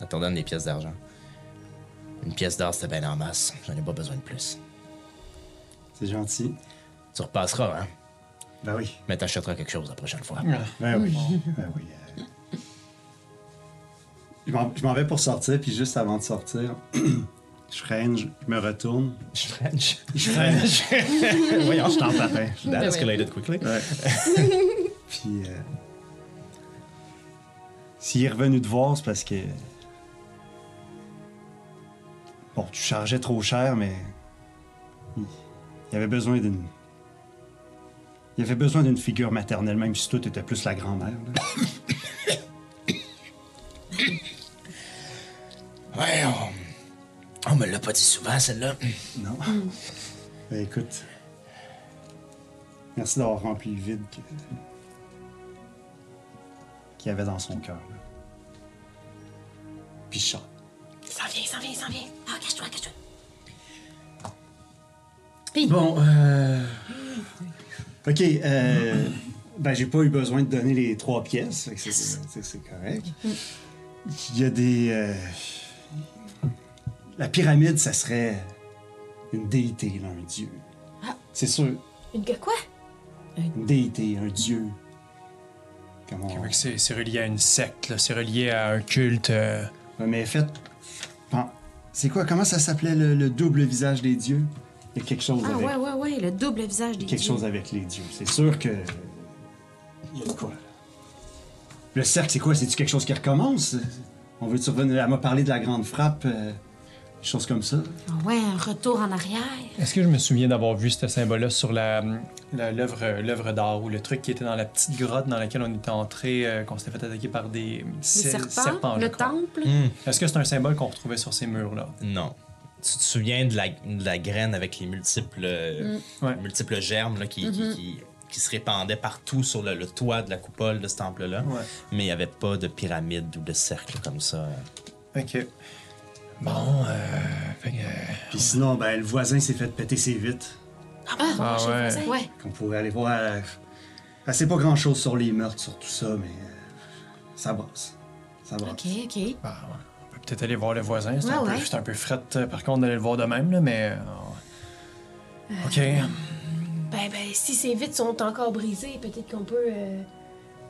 Elle te redonne des pièces d'argent. Une pièce d'or, c'était bien en masse. J'en ai pas besoin de plus. C'est gentil. Tu repasseras, hein? Ben oui. Mais t'achèteras quelque chose la *laughs* prochaine fois. Ah. Ben oui. ben oui. euh. Je m'en- je m'en vais pour sortir, puis juste avant de sortir, *clears throat* je freine, je je me retourne. Je French. Je freine. *laughs* Voyons, je t'en patin. That escalated quickly. Ouais. Puis. euh, S'il est revenu te voir, c'est parce que. Bon, tu chargeais trop cher, mais. Il il avait besoin d'une. Il avait besoin d'une figure maternelle, même si toi, t'étais plus la grand-mère. là. Ouais, on... on me l'a pas dit souvent, celle-là. Non. Ben, écoute. Merci d'avoir rempli le vide que- qu'il y avait dans son cœur. là. Puis je chante. S'en vient, s'en vient, s'en vient. Ah, cache-toi, cache-toi. Bon, euh... OK, euh... ben, j'ai pas eu besoin de donner les trois pièces, fait que c'est- c'est c'est correct. Il y a des... euh, La pyramide, ça serait une déité, là, un dieu. C'est sûr, Ah. Une que quoi? une déité, un dieu. Comment Fait que C'est c'est relié à une secte, là, c'est relié à un culte. euh, Ouais, mais faites... Pen- C'est quoi, comment ça s'appelait le, le double visage des dieux? Il y a quelque chose Ah, avec... ouais, ouais, ouais, le double visage des quelque dieux. chose avec les dieux. C'est sûr que. Il y a de quoi, là. Le cercle, c'est quoi C'est-tu quelque chose qui recommence On veut-tu revenir Elle m'a parlé de la grande frappe, euh, des choses comme ça. Ah Ouais, un retour en arrière. Est-ce que je me souviens d'avoir vu ce symbole-là sur la la- l'œuvre l'œuvre d'art ou le truc qui était dans la petite grotte dans laquelle on était entré, euh, qu'on s'était fait attaquer par des Les se- serpents, serpents, je le crois. Mm. temple. Est-ce que c'est un symbole qu'on retrouvait sur ces murs-là Non. Tu te souviens de la, de la graine avec les multiples, euh, Ouais. les multiples germes là, qui, qui- qui- qui se répandaient partout sur le, le toit de la coupole de ce temple-là. Ouais. Mais il n'y avait pas de pyramide ou de cercle comme ça. euh, Ok. Bon, euh, fait que, euh, Puis sinon, ben, le voisin s'est fait péter ses vitres. Ah, chez ouais. le voisin. Ouais. Qu'on pourrait aller voir. euh, Elle sait pas grand-chose sur les meurtres, sur tout ça, mais. euh, Ça brasse. Ça brasse. Ok, ok. bah, ouais, on peut peut-être aller voir le voisin. C'est un, Ah, Ouais, peu- ouais. c'est un peu fret, euh, par contre, d'aller le voir de même, là, mais. euh, Ok. Euh. Ben, ben, si ces vitres sont encore brisées, peut-être qu'on peut euh,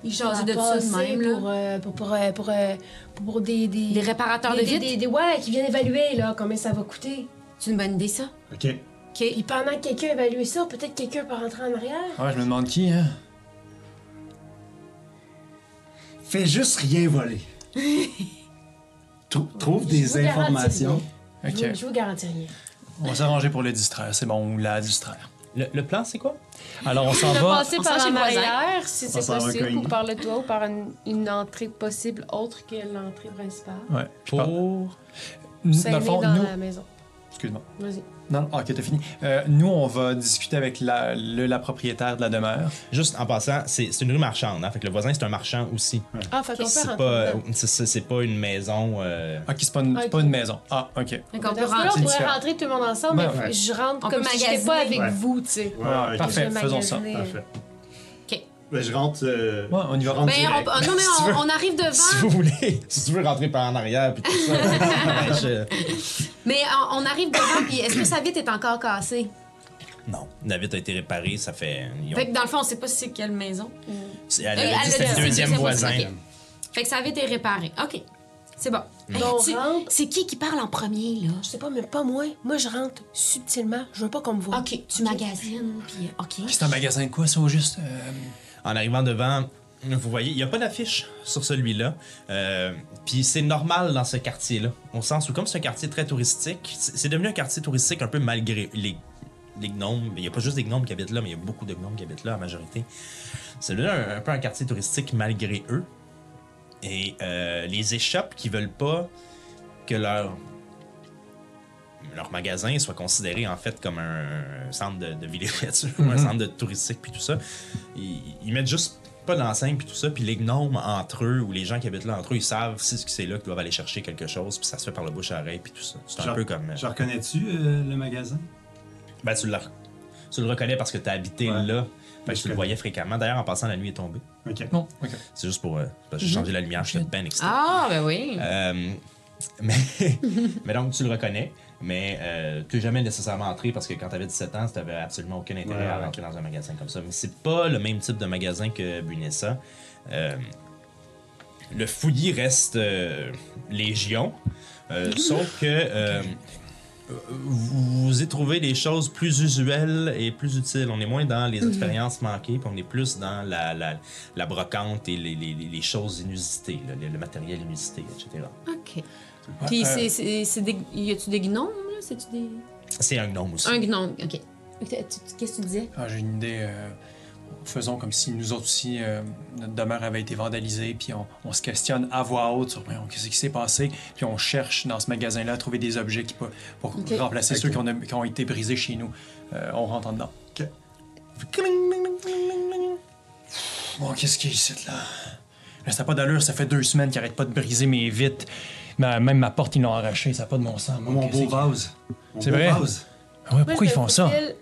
Ils pour jasent de la ça de passer, même, là. Pour, euh, pour, pour, euh, pour, euh, pour, pour des, des... Des réparateurs des- de des- vitres? des- des- ouais, qui viennent évaluer, là, combien ça va coûter. C'est une bonne idée, ça. OK. OK. Puis pendant que quelqu'un évalue ça, peut-être quelqu'un peut rentrer en arrière. Ouais, je me demande qui, hein. Fais juste rien voler. Trou- trouve Je vous des garantis informations. rien. Ok. Je, vous, je vous garantis rien. On va s'arranger pour le distraire, c'est bon, ou la distraire. Le, le plan, c'est quoi? Alors, on s'en On va. passer on s'en par va en chez le arrière, si c'est s'en va possible, cogner. ou par le toit, ou par une, une entrée possible autre que l'entrée principale. Ouais. puis par- Pour. Dans S'aimer le fond, dans nous. la maison. Excuse-moi. Vas-y. Non, non, ok, t'as fini. Euh, nous, on va discuter avec la, le- la propriétaire de la demeure. Juste en passant, c'est c'est une rue marchande. Hein? Fait que le voisin, c'est un marchand aussi. Ah, fait qu'on peut C'est rentrer. pas, euh, dedans. c'est- c'est c'est pas une maison. euh, Ok, c'est pas, une- c'est pas Ok. une maison. Ah, ok. Fait qu'on peut Dans ce cas-là, rentrer. on pourrait différent. Ben, rentrer tout le monde ensemble, mais Ouais, ouais. je rentre On comme peut si j'étais pas avec magasiner. Ouais. vous, tu sais. Ouais, ouais, Parfait, Je faisons ça. magasiner. Parfait. OK. Ben, je rentre. euh, Ouais, on y va. je rentre Ben, on, direct. non, mais *laughs* Si tu veux. on, on arrive si devant. vous voulez, *laughs* si tu veux rentrer par en arrière, puis tout ça. Ouais, je- Mais on, on arrive devant, puis est-ce que sa vitre est encore cassée? Non, la vitre a été réparée, ça fait. ils ont- Fait que dans le fond, on sait pas si c'est quelle maison. c'est- Elle Euh, a dit elle c'est l'a le dit, deuxième c'est le voisin. voisin, ok. Fait que ça avait été réparé. OK. C'est bon. Hey, Donc, tu- rentre. c'est qui qui parle en premier, là? Je sais pas, mais pas moi. Moi, je rentre subtilement. Je veux pas qu'on me voie. OK, tu magasines, puis OK. Puis C'est un magasin de quoi, ça, au juste? Euh, En arrivant devant, vous voyez, il n'y a pas d'affiche sur celui-là. Euh, Puis c'est normal dans ce quartier-là. Au sens où, comme c'est un quartier très touristique, c'est c'est devenu un quartier touristique un peu malgré les, les gnomes. Il n'y a pas juste des gnomes qui habitent là, mais il y a beaucoup de gnomes qui habitent là, en majorité. C'est devenu un, un peu un quartier touristique malgré eux. Et euh, les échoppes qui veulent pas que leur leur magasin soit considéré en fait comme un centre de, de villégiature, ou *laughs* un centre de touristique puis tout ça. Ils, ils mettent juste pas d'enseigne puis tout ça, puis les gnomes entre eux ou les gens qui habitent là entre eux, ils savent si c'est c'est là qu'ils doivent aller chercher quelque chose, puis ça se fait par le bouche à oreille puis tout ça. C'est un Je- peu comme Je reconnais-tu euh, le magasin? ben tu le, tu le reconnais parce que t'as habité Ouais. là, fait que Je tu le connais. voyais fréquemment. D'ailleurs en passant la nuit est tombée. OK. Non, ok. C'est juste pour euh, parce que j'ai changé la lumière, j'étais bien excité. Ah, ben oui. Euh, *laughs* mais, mais donc, tu le reconnais, mais euh, tu n'es jamais nécessairement entré parce que quand tu avais 17 ans, tu n'avais absolument aucun intérêt Ouais, à ouais. rentrer dans un magasin comme ça. Mais c'est pas le même type de magasin que Bunessa. Euh, le fouillis reste euh, légion, euh, sauf que euh, vous, vous y trouvez des choses plus usuelles et plus utiles. On est moins dans les expériences manquées, puis on est plus dans la, la, la brocante et les, les- les choses inusitées, là, le, le matériel inusité, etc. OK. euh, Puis, euh, c'est, c'est, c'est des... y a-tu des gnomes, là? C'est-tu des... C'est un gnome aussi. Un gnome, OK. Tu- tu- Qu'est-ce que tu disais? Ah, J'ai une idée. euh, faisons comme si nous autres aussi, euh, notre demeure avait été vandalisée, puis on, on se questionne à voix haute sur voyons, qu'est-ce qui s'est passé, puis on cherche dans ce magasin-là à trouver des objets qui peuvent pour Ok. remplacer ceux qui ont, qui ont été brisés chez nous. Euh, on rentre en dedans. Bon, qu'est-ce qu'il y a ici, là? Là, ça n'a pas d'allure, ça fait deux semaines qu'il arrête pas de briser mes vitres. Ma- même ma porte, ils l'ont arrachée, ça n'a pas de bon sens. Bon, Mon qu'est-ce beau que- vase. Mon C'est beau vrai? vase. Ah ouais, Moi, pourquoi je ils me font ça? faufile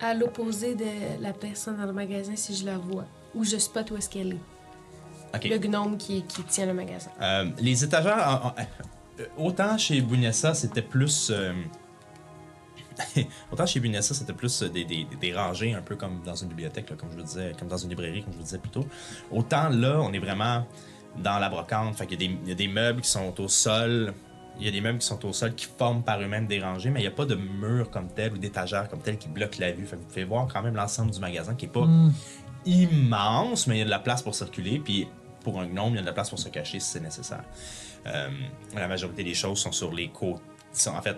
À l'opposé de la personne dans le magasin, si je la vois, ou je spot où est-ce qu'elle est. Ok. Le gnome qui, qui tient le magasin. Euh, les étagères, en- en- euh, autant chez Bunessa, c'était plus. euh, *laughs* autant chez Bunessa, c'était plus euh, des, des- des rangées, un peu comme dans une bibliothèque, là, comme je vous disais, comme dans une librairie, comme je vous disais plus tôt. Autant là, on est vraiment dans la brocante. Fait qu'il y a des- il y, a des meubles qui sont au sol. Il y a des meubles qui sont au sol qui forment par eux-mêmes des rangées, mais il n'y a pas de mur comme tel ou d'étagère comme tel qui bloque la vue. Fait que vous pouvez voir quand même l'ensemble du magasin qui est pas immense, mais il y a de la place pour circuler. Puis pour un gnome, il y a de la place pour se cacher si c'est nécessaire. Euh, la majorité des choses sont sur les côtes. sont- en fait,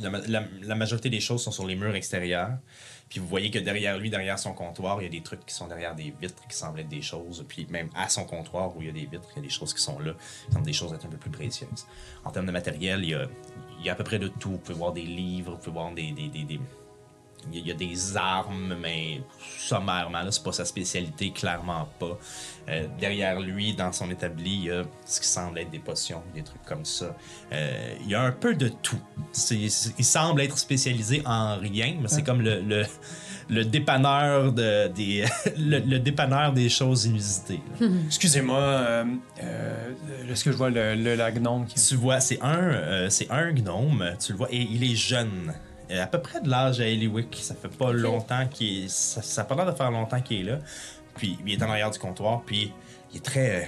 la, ma- la- la majorité des choses sont sur les murs extérieurs. Puis vous voyez que derrière lui, derrière son comptoir, il y a des trucs qui sont derrière des vitres qui semblent être des choses. Puis même à son comptoir où il y a des vitres, il y a des choses qui sont là, qui semblent des choses être un peu plus précieuses. En termes de matériel, il y a, il y a à peu près de tout. Vous pouvez voir des livres, vous pouvez voir des- des- des- des, il y a- il y, a des armes, mais sommairement, là, c'est pas sa spécialité, clairement pas. Euh, derrière lui, dans son établi, il y a ce qui semble être des potions, des trucs comme ça. Euh, il y a un peu de tout. C'est- c'est- il semble être spécialisé en rien, mais c'est comme le, le, le dépanneur de, des, *laughs* le, le dépanneur des choses inusitées. là. Excusez-moi, euh, euh, est-ce que je vois le, le la gnome qui... Tu vois, c'est un, euh, c'est un gnome, tu le vois, et il est jeune. Euh, À peu près de l'âge à Eliwick. Ça fait pas longtemps qu'il est. Ça, ça a pas l'air de faire longtemps qu'il est là. Puis il est en arrière du comptoir, puis il est très. euh,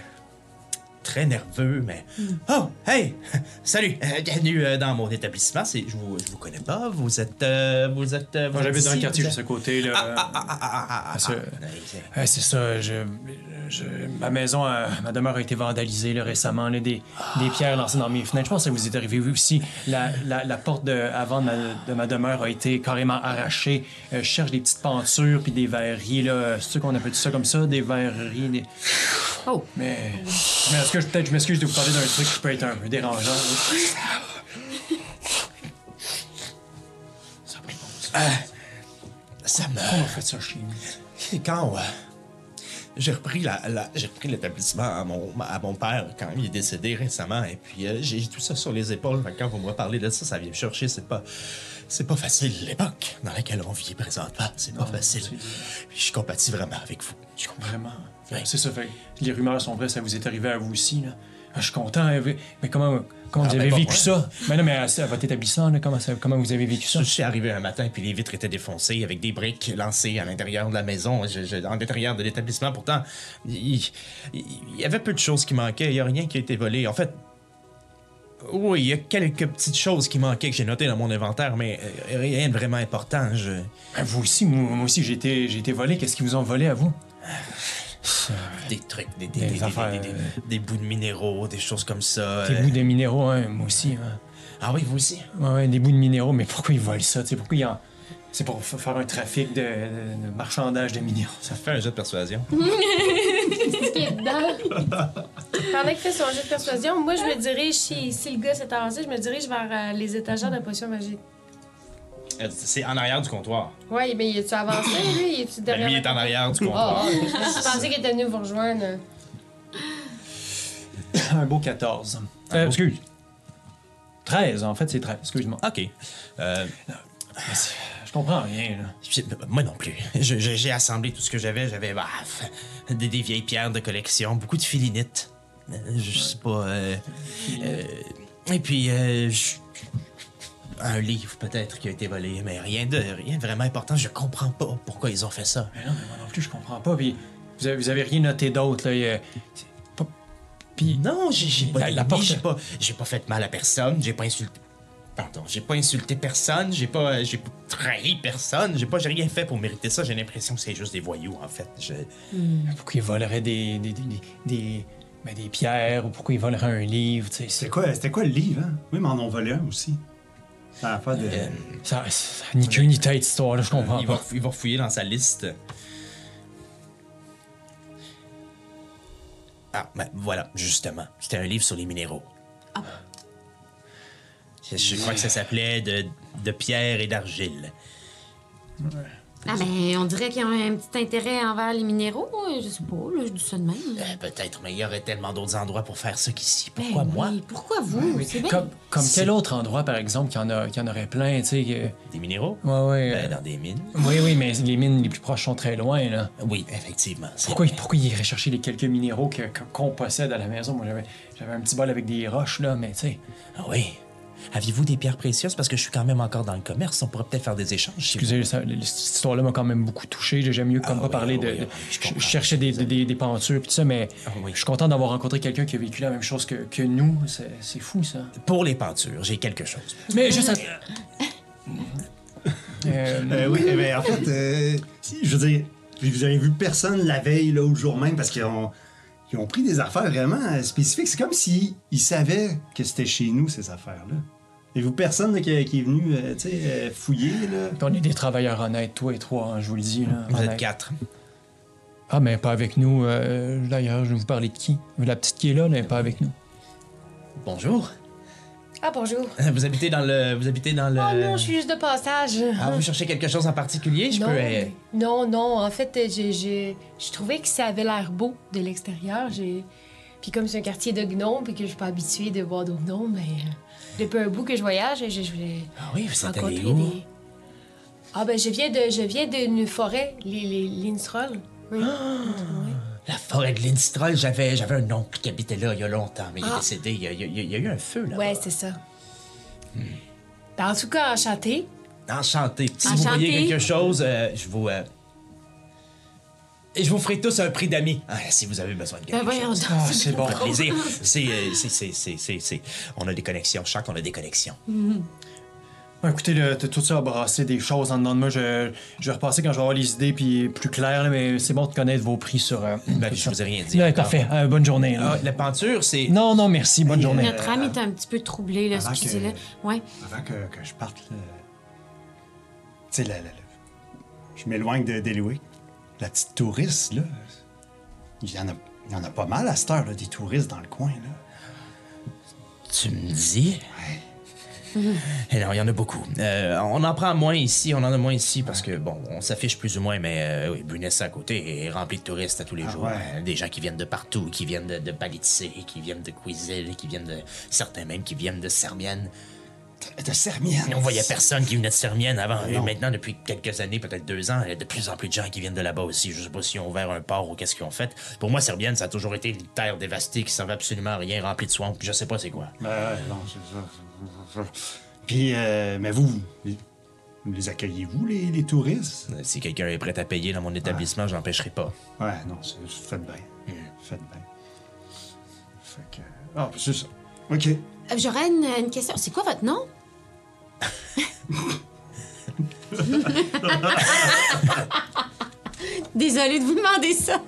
très nerveux, mais. Hmm. Oh, hey! *laughs* Salut! euh, bienvenue euh, dans mon établissement. C'est- Je vous, je vous connais pas. Vous êtes. euh, vous êtes. euh, vous Moi, êtes j'habite dans le ici, quartier vous de êtes- ce côté, là. Ah, ah, ah, ah, ah, ah, Ça, Euh, ah. Ouais, Ouais, c'est ça. Je, je- ma maison, euh, ma demeure a été vandalisée là, récemment. là, des, des pierres lancées dans mes fenêtres. Je pense que ça vous est arrivé vous aussi. La, la- la porte de, avant de ma, de ma demeure a été carrément arrachée. Euh, je cherche des petites pentures puis des verreries. là. C'est sûr qu'on appelle ça comme ça, des verreries. des- Oh. Mais, mais est-ce que je- peut-être je m'excuse de vous parler d'un truc qui peut être un peu dérangeant. là. Ça me. Pourquoi on a fait ça chez nous? Et quand euh, j'ai repris la, la- j'ai repris l'établissement à mon, à mon père quand il est décédé récemment et puis euh, j'ai tout ça sur les épaules Fait que quand vous me parlez de ça ça vient me chercher c'est pas c'est pas facile l'époque dans laquelle on vit présentement c'est pas facile puis je compatis vraiment avec vous je comprends Vraiment. Ouais. C'est ça, fait que les rumeurs sont vraies, ça vous est arrivé à vous aussi. Là. Ah, Je suis content, hein, mais- mais comment, comment Ah, vous ben, avez pas vécu moi. ça? Mais non, mais à, à votre établissement, là, comment, ça- comment vous avez vécu ça? Je suis arrivé un matin, puis les vitres étaient défoncées avec des briques lancées à l'intérieur de la maison, je- je- en l'intérieur de l'établissement. Pourtant, il il- il y avait peu de choses qui manquaient. Il n'y a rien qui a été volé. En fait, oui, il y a quelques petites choses qui manquaient que j'ai notées dans mon inventaire, mais euh, rien de vraiment important. Je... Ben, vous aussi, moi, moi aussi, j'ai été, j'ai été volé. Qu'est-ce qu'ils vous ont volé à vous? Des trucs, des, des, Des des- des- affaires, des- des- des bouts de minéraux, des choses comme ça. Des euh. bouts de minéraux, hein, moi aussi. hein. Ah oui, vous aussi? Ouais, ouais, des bouts de minéraux, mais pourquoi ils volent ça? tu sais, Pourquoi ils en- C'est pour f- faire un trafic de, de- de marchandage de minéraux. Ça fait un jeu de persuasion. qui est dedans. Pendant qu'il fait son jeu de persuasion, moi, je me dirige, si, si le gars s'est avancé, je me dirige vers euh, les étagères de potions magiques. Euh, C'est en arrière du comptoir. Ouais, mais il est-tu avancé, lui? Il est-tu derrière? Ben, Lui est la- en arrière du Ah, comptoir. ah, je pensais qu'il était venu vous rejoindre. Un beau 14. Euh, excuse. 13, en fait, c'est 13. Excuse-moi. Ah, OK. Oh. Euh, mais c'est- je comprends rien, là. J'ai- euh, Moi non plus. *laughs* Je- je- J'ai assemblé tout ce que j'avais. J'avais bah, des, des vieilles pierres de collection, beaucoup de filinites. Euh, Je sais pas. euh, euh, et puis, euh, je- un livre peut-être qui a été volé, mais rien de, rien de vraiment important. Je comprends pas pourquoi ils ont fait ça. Mais Ben non, mais moi non plus, je comprends pas. Puis vous avez, vous avez rien noté d'autre, là. il y a- c'est pas- Puis Non, j'ai j'ai pas, La- la la, porte- j'ai pas, j'ai pas fait mal à personne. J'ai pas insulté. Pardon, j'ai pas insulté personne. J'ai pas, euh, j'ai pas trahi personne. J'ai pas, j'ai rien fait pour mériter ça. J'ai l'impression que c'est juste des voyous en fait. Je- pourquoi ils voleraient des, des, des, des, des- ben, des pierres ou pourquoi ils voleraient un livre, tu sais. c'est- C'était quoi, c'était quoi le livre, hein? Oui, mais en ont volé un aussi. Ça a pas de. Euh, Ça, ça a ni queue ni tête, cette histoire-là, je comprends Il pas. va, il va fouiller dans sa liste. Ah, ben voilà, justement. C'était un livre sur les minéraux. Ah. Je, je crois que ça s'appelait de, de pierre et d'argile. Ah ben, on dirait qu'ils ont un petit intérêt envers les minéraux. euh, Je sais pas, là, je dis ça de même. Euh, Peut-être, mais il y aurait tellement d'autres endroits pour faire ça qu'ici. Ben Pourquoi moi oui, Pourquoi vous? Oui, C'est bien. Comme, comme C'est- quel autre endroit, par exemple, qu'il y, en a- qu'il y en aurait plein, tu sais. que- Des minéraux Ouais, ouais. Ben, euh, Dans des mines Oui, oui, mais les mines les plus proches sont très loin, là. Oui, effectivement. c'est Pourquoi, vrai. pourquoi ils iraient chercher les quelques minéraux que- que- qu'on possède à la maison? Moi, j'avais j'avais un petit bol avec des roches, là, mais tu sais. Ah oui. Aviez-vous des pierres précieuses Parce que je suis quand même encore dans le commerce. On pourrait peut-être faire des échanges. si vous- Excusez, ça- le- cette histoire-là m'a quand même beaucoup touché. J'ai- J'aime mieux comme Ah pas oui, parler oui, de. oui, de- oui, je je, comprends. je cherchais des, des, des- des pentures et tout ça, mais Ah oui. je suis content d'avoir rencontré quelqu'un qui a vécu la même chose que, que nous. C'est c'est fou, ça. Pour les peintures, j'ai quelque chose. Mais juste. à- *laughs* Euh, Euh, oui, eh ben, en fait, euh, si, je veux dire, puis vous avez vu personne la veille, là, ou le jour même, parce qu'ils ont, ils ont pris des affaires vraiment euh, spécifiques. C'est comme s'ils ils savaient que c'était chez nous, ces affaires-là. Et vous, personne là, qui, qui est venu, euh, tu sais, euh, fouiller, là. on est des travailleurs honnêtes, toi et toi, hein, je vous le dis. Là, Vous êtes honnêtes. quatre. Ah, mais pas avec nous. euh, D'ailleurs, je vais vous parler de qui La petite qui est là, n'est pas avec nous. Bonjour. Ah, bonjour. *laughs* Vous habitez dans le. Vous habitez dans le. Oh non, je suis juste de passage. Ah, vous cherchez quelque chose en particulier? Je non, peux. euh, non, non. En fait, euh, j'ai, j'ai, je trouvais que ça avait l'air beau de l'extérieur. J'ai... Puis comme c'est un quartier de gnomes et que je suis pas habituée de voir d'autres gnomes, mais euh, depuis un bout que je voyage, je, je voulais Ah oui, vous êtes allé rencontrer où? des... Ah ben, je viens, de, je viens d'une forêt, les, les Lindsroll. Oui. Oui. La forêt de Lindstrol, j'avais, j'avais un oncle qui habitait là il y a longtemps, mais il est Ah. décédé. Il y, a, il y a- il y a eu un feu là. Ouais, c'est ça. Hmm. Ben, en tout cas, enchanté. Enchanté. Si vous Enchanté. voyez quelque chose, euh, je vous. euh, Et je vous ferai tous un prix d'amis. Ah, si vous avez besoin de quelque Ben voyons chose. donc. Ah, c'est bon. Pas de *laughs* plaisir. C'est, euh, c'est, c'est, c'est, c'est, c'est- On a des connexions. Je sens qu'on a des connexions. Ouais, Bah, Écoutez, là, t'as tout ça à brasser des choses en dedans de moi. Je, je vais repasser quand je vais avoir les idées puis plus claires, là, mais c'est bon de connaître vos prix sur. euh, Ben, tout je ça. vous ai rien dit. Ouais, encore. parfait. Euh, bonne journée. là. Ah, la peinture, c'est. Non, non, merci. Bonne journée. Notre âme est un petit peu troublée, là, avant excusez-le. Ouais. Avant que, que je parte, là, tu sais, la, la- la- je m'éloigne de d'Eloé. La petite touriste, là, il y, en a, il y en a pas mal à cette heure, là, des touristes dans le coin. Là. Tu me dis? Eh non, il y en a beaucoup. Euh, on en prend moins ici, on en a moins ici parce que, bon, on s'affiche plus ou moins, mais euh, oui, Brunessa à côté est rempli de touristes à tous les jours. Ah ouais. hein. Des gens qui viennent de partout, qui viennent de, de Palitzé, qui viennent de Cuisil, qui viennent de. certains même qui viennent de Sermienne. De Sermienne. On voyait personne qui venait de Sermienne avant. Et Ah non. maintenant, depuis quelques années, peut-être deux ans, il y a de plus en plus de gens qui viennent de là-bas aussi. Je sais pas s'ils ont ouvert un port ou qu'est-ce qu'ils ont fait. Pour moi, Sermienne, ça a toujours été une terre dévastée qui servait absolument à rien, remplie de swamps. Je sais pas c'est quoi. Ben ouais, non, c'est ça, c'est ça, c'est ça. Puis, euh, mais vous, vous vous les accueillez-vous, les, les touristes? Euh, Si quelqu'un est prêt à payer dans mon établissement, je l'empêcherai pas. Ouais, non, c'est- faites bien. Faites bien. Fait que. Ah, puis c'est ça. OK. Euh, J'aurais une, une question. C'est quoi votre *laughs* nom? Désolée de vous demander ça.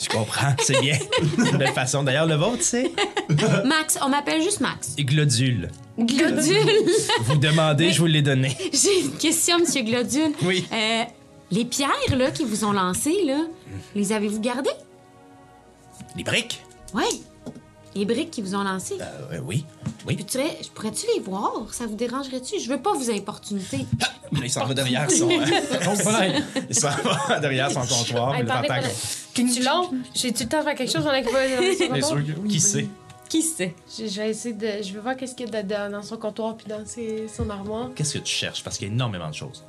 Je comprends, *laughs* c'est bien. Une belle façon. D'ailleurs, le vôtre, c'est Max, on m'appelle juste Max. Glodule. Glodule. Vous demandez, je vous l'ai donné. *laughs* J'ai une question, Monsieur Glodule. Oui. Euh, les pierres là, qui vous ont lancées, là, les avez-vous gardées? Les briques? Oui. Les briques qui vous ont lancées. Euh, oui. Oui. Peux-tu les- Pourrais-tu les voir? Ça vous dérangerait-tu? Je veux pas vous importunité. Là, il s'en va derrière son. Donc, voilà. il s'en va *laughs* derrière son Ah, comptoir. puis Hey, le parlez pentacle. pas de- Tu l'as? J'ai tout le temps faire quelque chose, on a qui va Bien sûr que Qui sait? Qui sait? Je je vais essayer de. Je vais voir qu'est-ce qu'il y a de- de- dans son comptoir puis dans ses- son armoire. Qu'est-ce que tu cherches? Parce qu'il y a énormément de choses.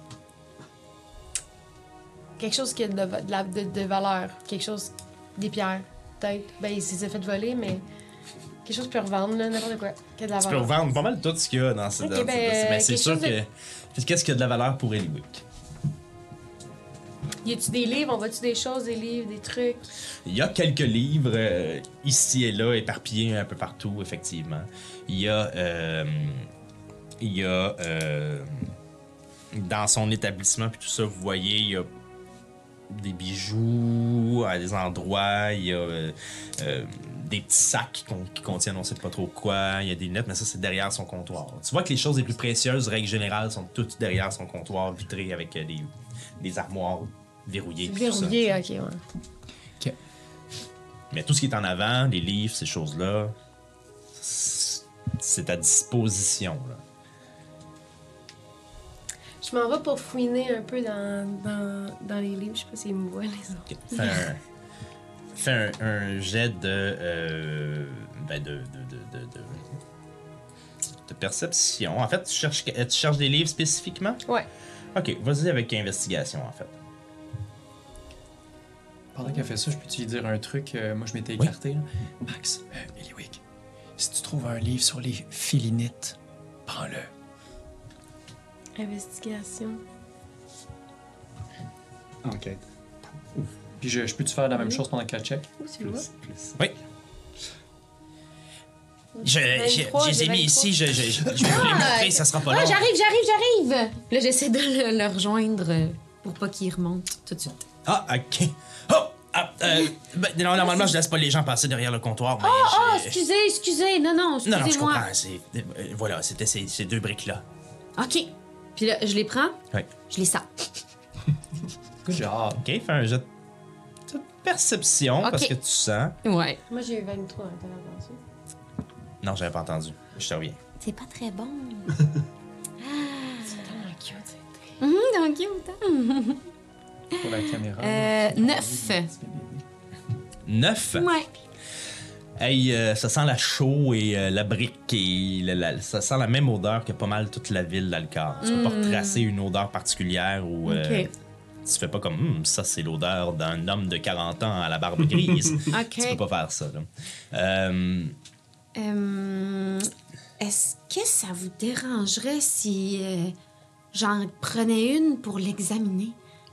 Quelque chose qui a de, la- de la- de- de valeur. Quelque chose. Des pierres, peut-être. Ben, il s'est fait voler, mais. Quelque chose pour revendre, là, n'importe quoi. Qui a de la Tu peux valeur. vendre pas mal tout ce qu'il y a dans ce. Ok, dans ce- ben, mais c'est quelque sûr chose de- que. Qu'est-ce qu'il y a de la valeur pour Eliwick? Y a-tu des livres? On voit-tu des choses, des livres, des trucs? Il y a quelques livres euh, ici et là, éparpillés un peu partout, effectivement. Il y a. euh, il y a. euh, dans son établissement, puis tout ça, vous voyez, il y a des bijoux à des endroits, il y a euh, euh, des petits sacs qu'on- qui contiennent on sait pas trop quoi, il y a des lunettes, mais ça, c'est derrière son comptoir. Tu vois que les choses les plus précieuses, règle générale, sont toutes derrière son comptoir, vitrées avec euh, des, des armoires verrouillées. puis tout ça. Verrouillé, ok, ouais. Mais tout ce qui est en avant, les livres, ces choses-là, c'est c'est à disposition. Là. Je m'en vais pour fouiner un peu dans, dans, dans les livres. Je sais pas s'ils me voient, les autres. Ok. Fais un, fais un, un jet de, euh, ben de, de, de, de, de- de perception. En fait, tu cherches, tu cherches des livres spécifiquement? Ouais. Ok, vas-y avec investigation, en fait. Pendant qu'elle fait ça, je peux te dire un truc. Euh, moi, je m'étais écarté. là. Max, euh, Eliwick, si tu trouves un livre sur les félinites, prends-le. Investigation. Enquête. Puis je, je peux-tu faire la même chose pendant qu'elle check? Où tu le vois? Oui. Je, je- 23, je les ai j'ai mis 23. ici, je, je, je- je vais vous les montrer, ça sera pas Ah, long. j'arrive, j'arrive, j'arrive! Là, j'essaie de le, le rejoindre euh, pour pas qu'il remonte tout de suite. Ah, ok. Oh! Ah, euh, ben, non, normalement, je laisse pas les gens passer derrière le comptoir, mais Oh, oh, je- excusez, excusez! Non, non, Non, non, je excusez-moi. comprends. c'est- euh, voilà, c'était ces, ces deux briques-là. OK. Puis là, je les prends, Oui. je les sors. Good job. Ah, OK, fais un jet de perception Ok. parce que tu sens. Ouais. Moi, j'ai eu 23 à l'heure Non, j'avais pas entendu. Je te reviens. C'est pas très *laughs* bon. Ah. C'est tellement cute. Hum, donc, autant. Pour la caméra. Euh, neuf. Neuf. Ouais. Hey, euh, ça sent la chaux et euh, la brique et la- la- ça sent la même odeur que pas mal toute la ville d'Alcar. Tu peux pas retracer une odeur particulière ou euh, Mm. Ok. tu fais pas comme Hum, ça c'est l'odeur d'un homme de 40 ans à la *laughs* barbe grise. OK. Tu peux pas faire ça. là. Euh, Euh, Est-ce que ça vous dérangerait si euh, j'en prenais une pour l'examiner?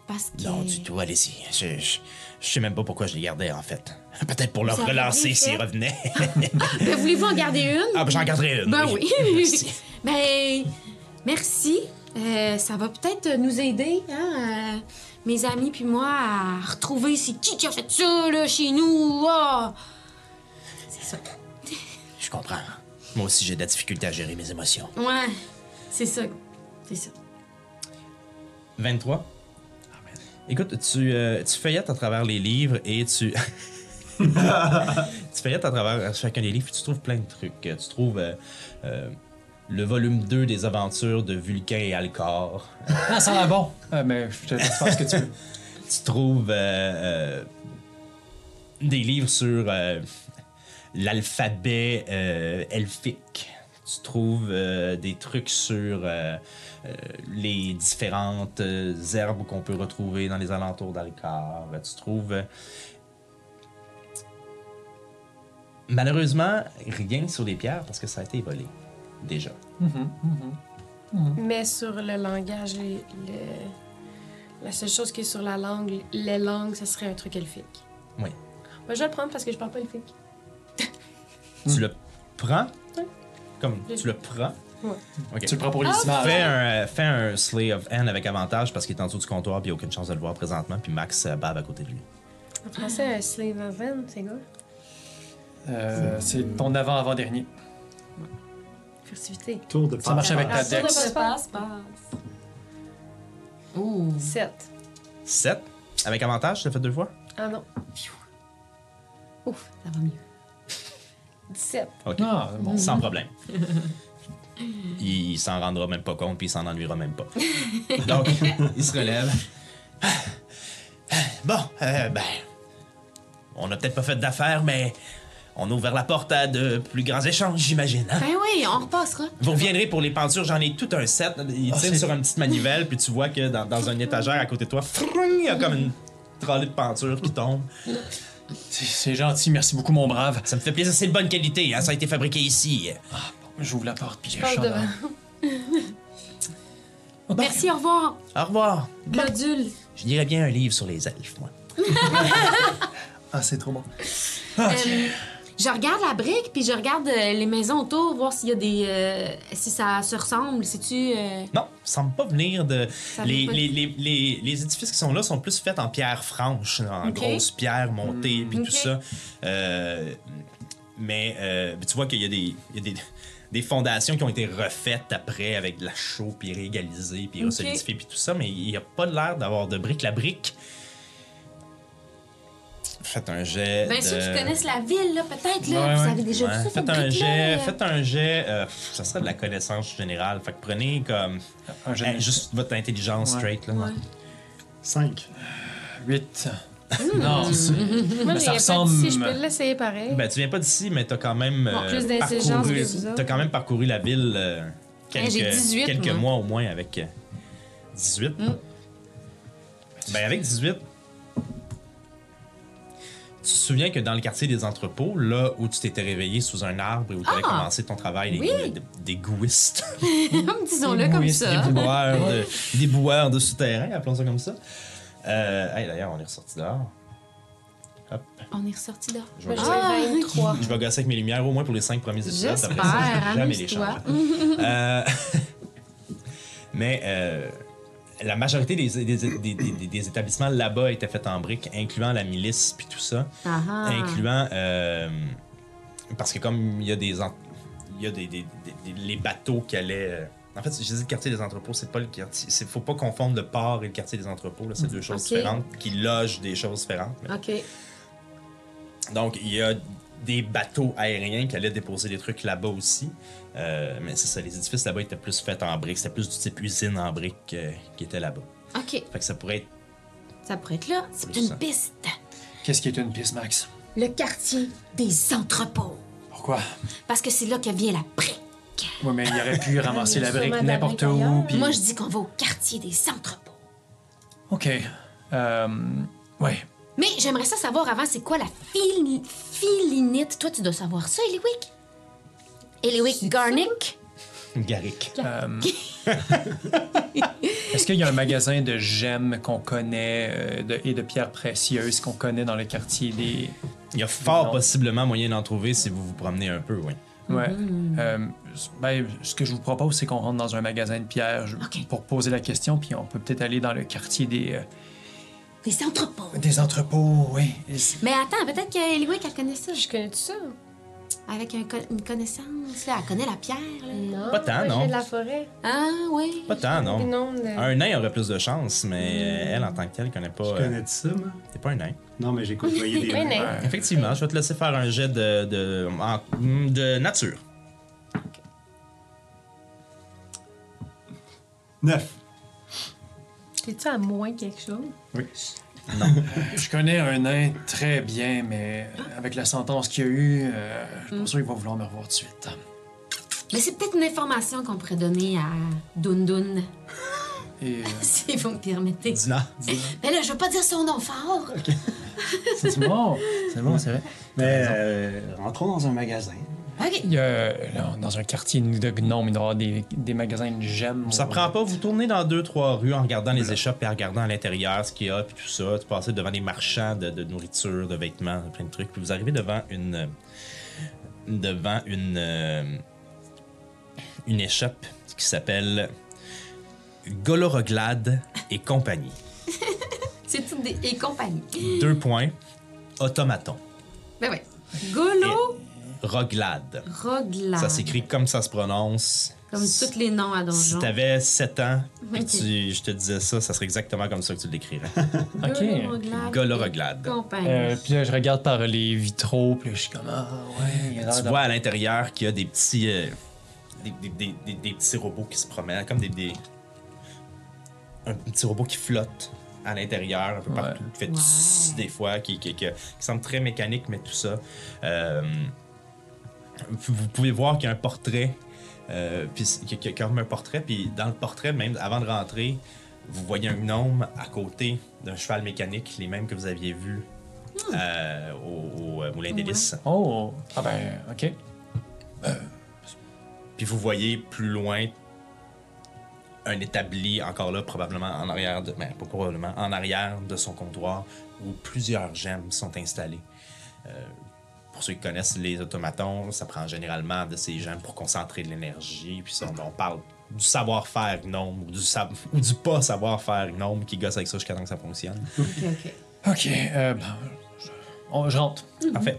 Parce que. Non, du tout, allez-y. Je, je, je sais même pas pourquoi je les gardais, en fait. Peut-être pour leur Ça aurait relancer bien s'ils fait. revenaient. Ben, voulez-vous en garder une? ah, ben, j'en garderai une. Ben oui. *laughs* Merci. ben, merci. Euh, ça va peut-être nous aider, hein, euh, mes amis puis moi, à retrouver c'est qui qui a fait ça, là, chez nous. ah. C'est ça. Je comprends. Moi aussi, j'ai de la difficulté à gérer mes émotions. Ouais, c'est ça. C'est ça. 23. Écoute, tu, euh, tu feuillettes à travers les livres et tu. *laughs* tu feuillettes à travers chacun des livres et tu trouves plein de trucs. Tu trouves euh, euh, le volume 2 des aventures de Vulcain et Alcor. Ah, ça va bon. Ah, mais je te laisse faire ce que tu veux. Tu trouves euh, euh, des livres sur euh, l'alphabet euh, elfique. Tu trouves euh, des trucs sur euh, euh, les différentes euh, herbes qu'on peut retrouver dans les alentours d'Alcar. Tu trouves. euh, Malheureusement, rien sur les pierres parce que ça a été volé. Déjà. Mais sur le langage, les- le- la seule chose qui est sur la langue, les langues, ça serait un truc elfique. Oui. Moi, je vais le prendre parce que je parle pas elfique. Tu le prends Comme tu le prends Ouais. Ok. Tu le prends pour les images. Fais un, euh, fais un Slay of N avec avantage parce qu'il est en dessous du comptoir puis il a aucune chance de le voir présentement. Puis Max euh, bave à côté de lui. En français, un slave of hand, c'est quoi? Euh, c'est ton avant-avant-dernier. Furtivité. Tour de Ça marche avec ta Ah, ça, dex. ça passe, passe. Ouh. 7. 7. Avec avantage, tu l'as fait deux fois Ah non. Ouf, ça va mieux. 17. Ok. Ah, *laughs* bon. Sans problème. il s'en rendra même pas compte puis il s'en ennuiera même *laughs* pas. Donc, il se relève. *sighs* Bon, euh, ben. On n'a peut-être pas fait d'affaires, mais on a ouvert la porte à de plus grands échanges, j'imagine. hein? Ben oui, on repassera. Vous reviendrez pour les peintures, j'en ai tout un set. Il Ah, tire c'est- sur une petite manivelle, puis tu vois que dans, dans une étagère à côté de toi, fring, il y a comme une trolley de peinture qui tombe. C'est- C'est gentil, merci beaucoup, mon brave. Ça me fait plaisir, c'est de bonne qualité, hein, ça a été fabriqué ici. J'ouvre la porte, puis je parle chante. devant. Merci, au revoir. Au revoir. Glodule. Je lirais bien un livre sur les elfes, moi. Ah, c'est trop bon. Ah, Euh, je regarde la brique, puis je regarde euh, les maisons autour, voir s'il y a des. euh, si ça se ressemble, si tu. euh, Non, ça semble pas venir de. Les, vient pas. les, les, les- les édifices qui sont là sont plus faits en pierre franche, en Ok. Hmm, grosses pierres montées, puis Ok. tout ça. Euh, mais euh, tu vois qu'il y a, des, il y a des, des fondations qui ont été refaites après avec de la chaux, puis réégalisées, puis Ok. resolidifiées, puis tout ça, mais il n'y a pas l'air d'avoir de brique. La brique. Faites un jet. Bien de- sûr qu'ils Ben, connaissent la ville, là, peut-être, là. Ouais, vous ouais. avez déjà euh, Ouais. vu ça, cette Faites un brique-là, jet, là. faites un jet, euh, pff, ça serait de la connaissance générale. Fait que prenez comme Un Hey, jeune juste votre intelligence Ouais. straight là. Ouais. 5. 8. Non, c'est- Moi, mais j'ai Ben, ça pas ressemble. d'ici, je peux l'essayer pareil. Ben tu viens pas d'ici mais t'as quand même Bon, euh, plus d'intelligence parcouru, que vous autres. t'as quand même parcouru la ville euh, Hey, quelques, j'ai 18, quelques moi. mois au moins avec euh, 18. Ben avec 18 tu te souviens que dans le quartier des entrepôts, là où tu t'étais réveillé sous un arbre et où tu avais Ah! commencé ton travail Oui. des, des gouistes, *laughs* Disons-le comme Oui, ça. des boueurs de, des boueurs de souterrain, appelons ça comme ça. Euh, hey, D'ailleurs, on est ressorti dehors. Hop, On est ressorti dehors. je Moi, vais j'ai gosser- Ah, 23. je vais gosser avec mes lumières au moins pour les cinq premiers épisodes. Après ça, je vais J'espère, jamais les amuse-toi. changer. Euh, *laughs* Mais euh, la majorité des, des- des- des- des- des établissements là-bas étaient faits en briques, incluant la milice puis tout ça. Ah, ah. Incluant. euh, parce que comme il y a des. en- Il y a des, des- des- des- les bateaux qui allaient. euh, en fait, j'ai dit le quartier des entrepôts, c'est pas le quartier. Il faut pas confondre le port et le quartier des entrepôts. là, C'est deux choses Mm, Ok. différentes qui logent des choses différentes. mais- OK. donc, il y a des bateaux aériens qui allaient déposer des trucs là-bas aussi. Euh, mais c'est ça, les édifices là-bas étaient plus faits en briques. C'était plus du type usine en briques euh, qui était là-bas. OK. Fait que ça pourrait être. Ça pourrait être là. C'est Plus ça. une piste. Qu'est-ce qui est une piste, Max? Le quartier des entrepôts. Pourquoi? Parce que c'est là que vient la brique. Oui, mais il aurait pu ramasser la brique Sûrement n'importe dans l'intérieur. où. Puis... Moi, je dis qu'on va au quartier des entrepôts. OK. Euh... Ouais. Mais j'aimerais ça savoir avant, c'est quoi la fili- filinite? Toi, tu dois savoir ça, Eliwick. Eliwick Garnick. Garrick. Euh, Est-ce qu'il y a un magasin de gemmes qu'on connaît euh, de- et de pierres précieuses qu'on connaît dans le quartier des. Il y a fort Non. possiblement moyen d'en trouver si vous vous promenez un peu, oui. Ouais. Euh, c- ben, ce que je vous propose, c'est qu'on rentre dans un magasin de pierres je- Ok. pour poser la question, puis on peut peut-être aller dans le quartier des, euh, Des entrepôts. des entrepôts, oui. Et c- Mais attends, peut-être qu'Eliwin, qu'elle connaît ça. Je connais tout ça. Avec un co- une connaissance, là. Elle connaît la pierre, là. Non. Pas tant, moi, non. Ben, j'ai de la forêt. Ah, oui. Pas tant, Puis non. non, le- Un nain aurait plus de chance, mais euh, elle, en tant que telle, connaît pas. Tu euh, connais ça, moi? T'es pas un nain. Non, mais *laughs* j'ai côtoyé des. Un nains. nain. Effectivement, je vais te laisser faire un jet de, de, en- de nature. Neuf. T'es-tu à moins quelque chose? Oui. Je connais un nain très bien, mais avec la sentence qu'il y a eu, euh, je suis pas sûr qu'il va vouloir me revoir tout de suite. Mais c'est peut-être une information qu'on pourrait donner à Dundun, Et euh, *laughs* si vous me permettez. Dis-la. Mais là, je veux pas dire son nom fort. c'est bon, c'est bon, c'est vrai. Mais euh, rentrons dans un magasin. OK. Il y a, euh, là, dans un quartier de gnomes, il doit y avoir des, des magasins de gemmes. Ça prend pas, vous tournez dans deux, trois rues en regardant les échoppes et en regardant à l'intérieur ce qu'il y a, puis tout ça. Tu passez devant des marchands de, de nourriture, de vêtements, plein de trucs. Puis vous arrivez devant une. euh, devant une. euh, une échoppe qui s'appelle. Goloroglade et compagnie. C'est tout des... et compagnie. Deux points. Automaton. Ben ouais. Golo Roglade. Rogla. Ça s'écrit comme ça se prononce. Ah. Comme tous les noms à Si donjon. t'avais 7 ans et Ok. que tu- je te disais ça, ça serait exactement comme ça que tu l'écrirais. Ok. Goloroglade. Compagnie. Euh, puis là, je regarde par les vitraux, puis là, je suis comme, ah ouais, il y a l'air Tu de- vois à l'intérieur qu'il y a des petits. euh, des, des- des- des- des petits robots qui se promènent, comme des. des- un petit robot qui flotte à l'intérieur, un peu Ouais. partout, qui fait Ouais. tss des fois, qui, qui, qui- qui semble très mécanique, mais tout ça. Euh, vous vous pouvez voir qu'il y a un portrait, euh, puis c'est- qu'il y a- qu'il y a comme un portrait, puis dans le portrait, même avant de rentrer, vous voyez un gnome à côté d'un cheval mécanique, les mêmes que vous aviez vus euh, au, au, euh, Moulin des Lys. Oh, ah ben, ok. Puis vous voyez plus loin un établi, encore là, probablement en arrière de. ben, pas probablement, en arrière de son comptoir où plusieurs gemmes sont installées. Euh, pour ceux qui connaissent les automatons, ça prend généralement de ces gemmes pour concentrer de l'énergie. Puis ça, on, on parle du savoir-faire gnome ou du, sa- ou du pas savoir-faire gnome qui gosse avec ça jusqu'à temps que ça fonctionne. OK, OK. Ok, euh, ben, je, on- je rentre. Parfait.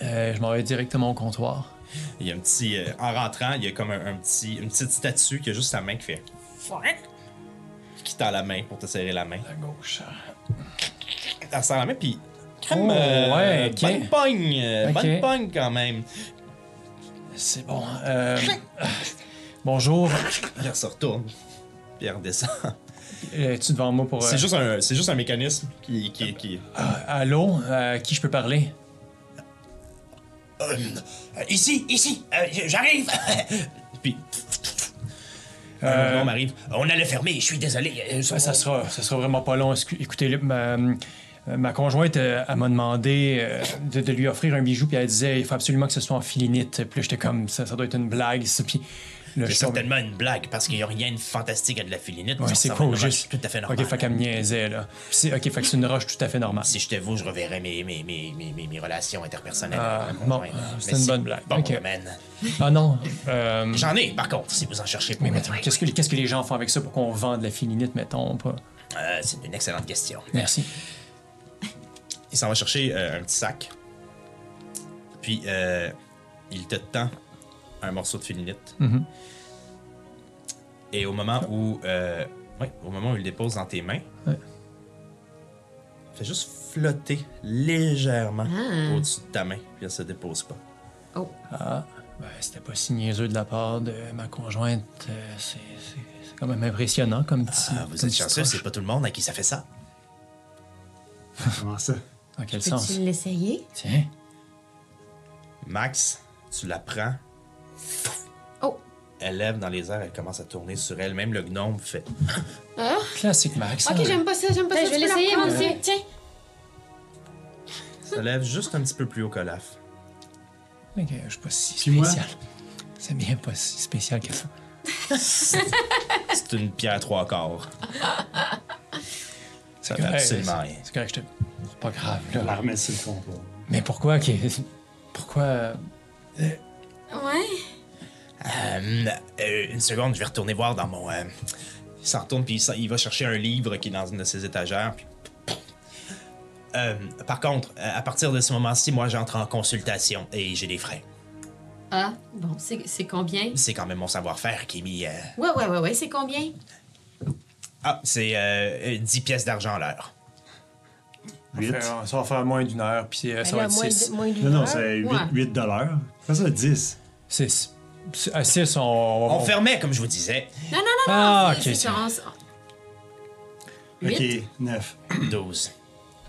Euh, je m'en vais directement au comptoir. Il y a un petit. euh, en rentrant, il y a comme un, un petit, une petite statue qui a juste sa main qui fait. Qui tend la main pour te serrer la main. À gauche. Elle serre la main, puis. Crème, Oh, euh, ouais, ok. Bonne pogne! euh, Ok. Bonne pogne quand même! C'est bon. euh, bonjour. Puis elle se retourne, puis elle redescend. Es-tu devant moi pour. euh, C'est juste, un- c'est juste un mécanisme qui. qui, qui... ah, allô, à qui je peux parler? Euh, ici, ici! euh, J'arrive! *laughs* puis. Euh, On arrive. On allait fermer, je suis désolé. euh, Ben, Ça, ça sera, ça sera vraiment pas long. Escu- Écoutez, le- ma, euh, ma conjointe, euh, elle m'a demandé euh, de, de lui offrir un bijou, puis elle disait il faut absolument que ce soit en filinite. Puis là, j'étais comme ça, ça doit être une blague. ça. Puis là, C'est je suis tombé- certainement une blague, parce qu'il n'y a rien de fantastique à de la filinite. Ouais, Ça c'est ressemble à cool, une roche juste. Tout à fait normal. Ok, fait qu'elle me niaisait, là. Puis c'est- ok, fait que c'est une roche tout à fait normale. Si j'étais vous, je reverrais mes, mes, mes, mes, mes- mes relations interpersonnelles. Ah, avec mon bon, conjoint. c'est Mais une bonne blague. pas mon Ok. domaine. Ah non. euh, J'en ai, par contre, si vous en cherchez pour mais moi. mettons, qu'est-ce que, qu'est-ce que les gens font avec ça pour qu'on vende de la filinite, mettons pas? Euh, c'est une excellente question. Merci. Il s'en va chercher euh, un petit sac. Puis, euh, il te tend un morceau de filinite. Mhm. Et au moment où, euh, ouais, au moment où il le dépose dans tes mains, Ouais. fait juste flotter légèrement Ah. au-dessus de ta main. Puis elle se dépose pas. Oh. Ah, ben, c'était pas si niaiseux de la part de ma conjointe. Euh, c'est, c'est- c'est quand même impressionnant comme petit. Ah, vous comme êtes petite chanceux, roche. c'est pas tout le monde à qui ça fait ça. *laughs* Comment ça? En quel sens? Peux-tu l'essayer? Tiens. Max, tu la prends. Oh. Elle lève dans les airs, elle commence à tourner sur elle. Même le gnome fait. Classique Max. OK, j'aime pas ça, j'aime pas Ben, ça. je vais tu peux la l'essayer, moi reprendre, aussi. Tiens. Se lève juste un petit peu plus haut qu'Olaf. Ok, je suis pas si Puis moi? spécial. C'est bien pas si spécial que ça. C'est une pierre trois quarts. Ça fait Hey, absolument c'est- rien. C'est correct, je te- C'est pas grave, On la là. remet sur le comptoir. Mais pourquoi. que- Pourquoi. euh, Ouais. Euh, euh, une seconde, je vais retourner voir dans mon. euh, il s'en retourne puis il s'en- il va chercher un livre qui est dans une de ses étagères. puis- Euh, par contre, euh, à partir de ce moment-ci, moi j'entre en consultation et j'ai des frais. Ah, bon, c'est c'est combien? C'est quand même mon savoir-faire qui est mis. euh, Ouais, ouais, ouais, ouais, c'est combien? Ah, c'est euh, euh, 10 pièces d'argent l'heure. Huit. faire- ça va faire moins d'une heure, puis euh, ça Ben va là, être moins, 6. de- moins d'une Non, non, heure. c'est 8, Ouais. dollars. Fais ça 10. 6. À 6, on. on- On fermait, comme je vous disais, Non, non, non, non. Ah, c'est- ok, c'est- c'est- on s- Huit? Ok, 9. 12.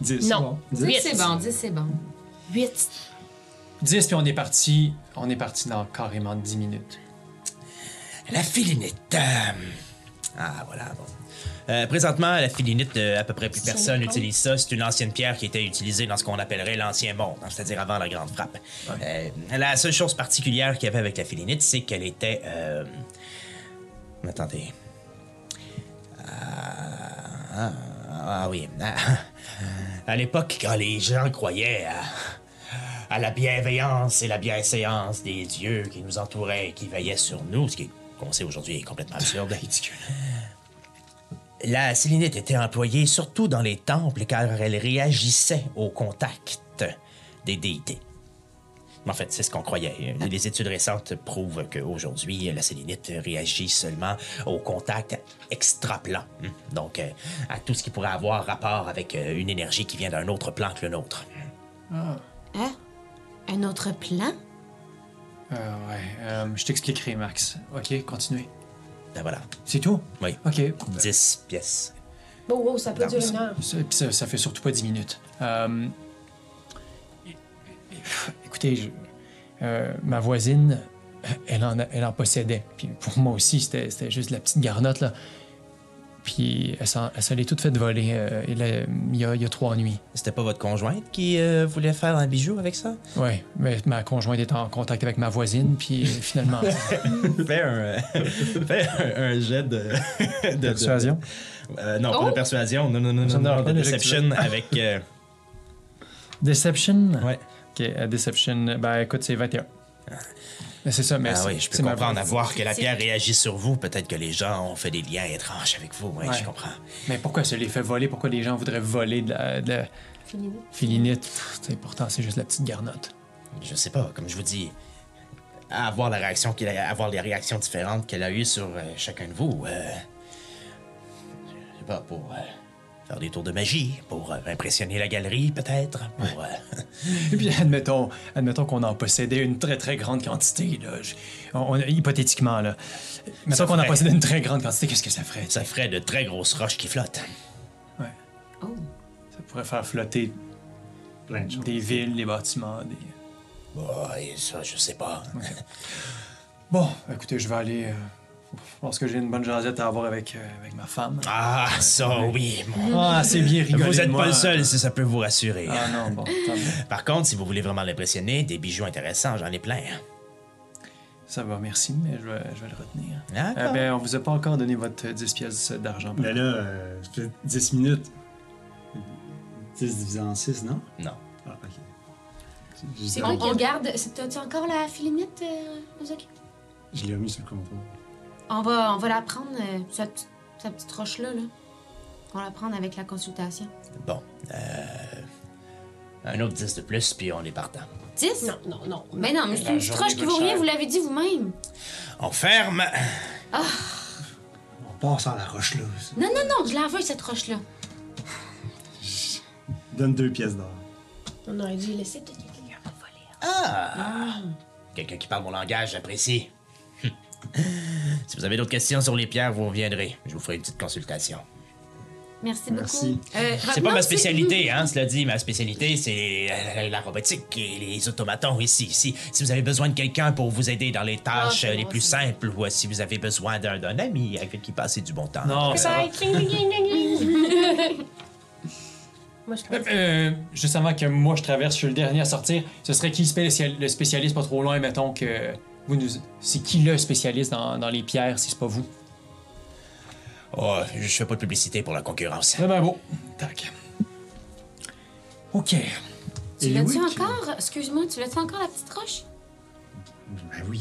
10. Non. Dix. Dix, c'est bon, dix, c'est bon. 8. 10, puis on est parti. On est parti dans carrément 10 minutes. La filinite. euh, Ah, voilà, bon. Euh, présentement, la filinite, euh, à peu près plus personne n'utilise ça. C'est une ancienne pierre qui était utilisée dans ce qu'on appellerait l'ancien monde, hein, c'est-à-dire avant la Grande Frappe. Euh, la seule chose particulière qu'il y avait avec la filinite, c'est qu'elle était. euh, Attendez. Ah, ah, ah oui. Ah, *laughs* à l'époque, quand les gens croyaient à, à la bienveillance et la bienséance des dieux qui nous entouraient et qui veillaient sur nous, ce qui, qu'on sait aujourd'hui, est complètement absurde. Ridicule. La sélénite était employée surtout dans les temples car elle réagissait au contact des déités. En fait, c'est ce qu'on croyait. Les études récentes prouvent qu'aujourd'hui, la sélénite réagit seulement au contact extra-plan. hein. Donc, euh, à tout ce qui pourrait avoir rapport avec euh, une énergie qui vient d'un autre plan que le nôtre. Hein? Un autre plan? Euh, ouais. euh, je t'expliquerai, Max. OK, continuez. Ben voilà. C'est tout? Oui. OK. 10 pièces. Bon, wow, Oh, ça peut Non, durer ça- une heure. Ça, puis ça, ça fait surtout pas 10 minutes. Euh, écoutez, je- euh, ma voisine, elle en, a- elle en possédait. Puis pour moi aussi, c'était c'était juste la petite garnotte, là. Puis elle s'en- elle se l'est toute faite voler euh, il y a- il y, a, il y a trois nuits. C'était pas votre conjointe qui euh, voulait faire un bijou avec ça? Oui, mais ma conjointe est en contact avec ma voisine, puis euh, finalement... *laughs* Fais un, euh, *laughs* fais un, un jet de, *laughs* de- de- Euh, non, pas Oh! de persuasion. Non, non, non, Ça non, me non, rappelle de déjà que tu deception avec. *laughs* euh, Deception? ouais. OK, euh, Deception, ben écoute, c'est 21. Mais C'est ça, mais Ah c'est- oui, je peux c'est ma comprendre à voisine. voir que la c'est- pierre réagit sur vous. Peut-être que les gens ont fait des liens étranges avec vous. Oui, Ouais. je comprends. Mais pourquoi ça les fait voler? Pourquoi les gens voudraient voler de la, de la Fini. félinite? Pff, t'sais, pourtant, c'est juste la petite garnotte. *laughs* Je sais pas, comme je vous dis, à avoir la réaction qu'il a, avoir les réactions différentes qu'elle a eues sur euh, chacun de vous. euh, je sais pas pour euh, faire des tours de magie, pour euh, impressionner la galerie peut-être, pour euh, *laughs* Et puis, admettons, admettons qu'on en possédait une très, très grande quantité. Là. Je- on- on- hypothétiquement, là. Mettons qu'on en ferait- possédait une très grande quantité, qu'est-ce que ça ferait? t'sais? ça ferait de très grosses roches qui flottent. Ouais. Oh. Ça pourrait faire flotter Plein de choses. des villes, des bâtiments, des... Bon, et ça, je sais pas. Bon, écoutez, je vais aller... euh, je pense que j'ai une bonne jasette à avoir avec, euh, avec ma femme. Ah, ça oui. mon- Ah, c'est bien rigolé Vous de êtes moi. pas le seul, si ça peut vous rassurer. Ah non, bon, tant mieux. Par contre, si vous voulez vraiment l'impressionner, des bijoux intéressants, j'en ai plein. Ça va, merci, mais je vais, je vais le retenir. D'accord. Euh, ben, on vous a pas encore donné votre euh, 10 pièces d'argent. Mais là, euh, ça fait 10 minutes. 10 divisé en 6, non? Non. Ah, ok. C'est Je, on, on garde. c'est- T'as-tu encore la filinette, euh, Ozaki? je l'ai remis sur le comptoir. On va, on va la prendre, euh, sa, petite- sa petite roche-là. Là. On va la prendre avec la consultation. Bon. euh, un autre 10 de plus, puis on est partant. 10? Non, non, non. Mais non, mais c'est une petite roche qui vaut rien, vous l'avez dit vous-même. On ferme. On passe à la roche là. Non, non, non, je la veux, cette roche-là. Donne deux pièces d'or. On aurait dû laisser peut-être quelqu'un va voler. Quelqu'un qui parle mon langage, j'apprécie. *laughs* si vous avez d'autres questions sur les pierres, vous reviendrez. Je vous ferai une petite consultation. Merci, Merci. beaucoup. Euh, C'est non, pas ma spécialité, hein, cela dit. Ma spécialité, c'est la, la- la robotique et les automatons ici. Si, si vous avez besoin de quelqu'un pour vous aider dans les tâches c'est euh, bon, les plus c'est simples, ou euh, si vous avez besoin d'un d'un ami avec qui passer du bon temps. Non, ça va. Bye. Cling, cling, cling, cling, cling. Moi, je pense. Euh, juste avant que moi je traverse, je suis le dernier à sortir. Ce serait qui le spécial- le spécialiste pas trop loin, mettons que Vous nous... C'est qui le spécialiste dans, dans les pierres si c'est pas vous? Oh, je fais pas de publicité pour la concurrence. Très bien beau. Tac. OK. Tu Et l'as-tu Louis qui- encore? Excuse-moi, tu l'as-tu encore, la petite roche? Ben oui.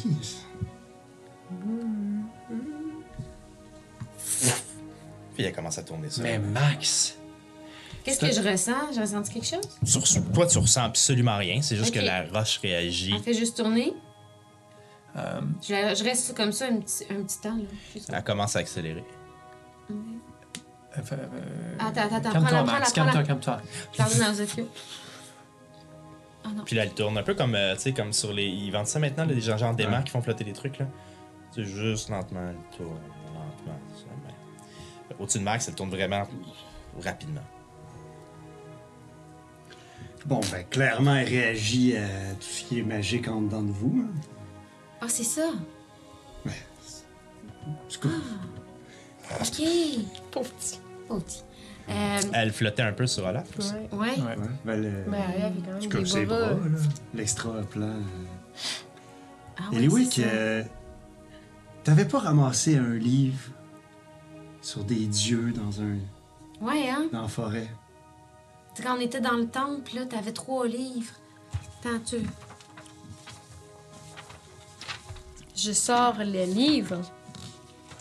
Puis elle commence à tourner ça. Mais Max, Qu'est-ce que je ressens? J'ai ressenti quelque chose? Tu reço- toi, tu ressens absolument rien. C'est juste Ok. que la roche réagit. Elle fait juste tourner. Je, la- je reste comme ça un petit, un petit temps. Là. Juste- Ah. Elle commence à accélérer. euh, euh, Attends, attends, attends. calme-toi, Prends-la, prends-la, Max. prends-la. Calme-toi, calme-toi. Pardon, dans les yeux. Ah non. Puis là, elle tourne un peu comme, euh, tu sais, comme sur les. Ils vendent ça maintenant, là, des gens genre des marques qui font flotter des trucs, là. C'est juste lentement, elle tourne, lentement. lentement. Au-dessus de Max, elle tourne vraiment rapidement. Bon, ben clairement, elle réagit à tout ce qui est magique en dedans de vous. hein. Ah, c'est ça. Ben, C'est cool. OK. Pauvre petit. Oh, petit. Euh, Elle flottait un peu sur Olaf. aussi. Ouais. ouais. Ah. Ouais. Ouais, ben, le- Mais elle avait quand même tu coupes des ses bras. bras, là. L'extra-plan. euh, Ah, Et ouais, Eliwick, c'est ça. euh, t'avais pas ramassé un livre sur des dieux dans un Ouais, hein? dans la forêt? Tu sais, Quand on était dans le temple, là, t'avais trois livres. Attends, tu... Je sors le livre.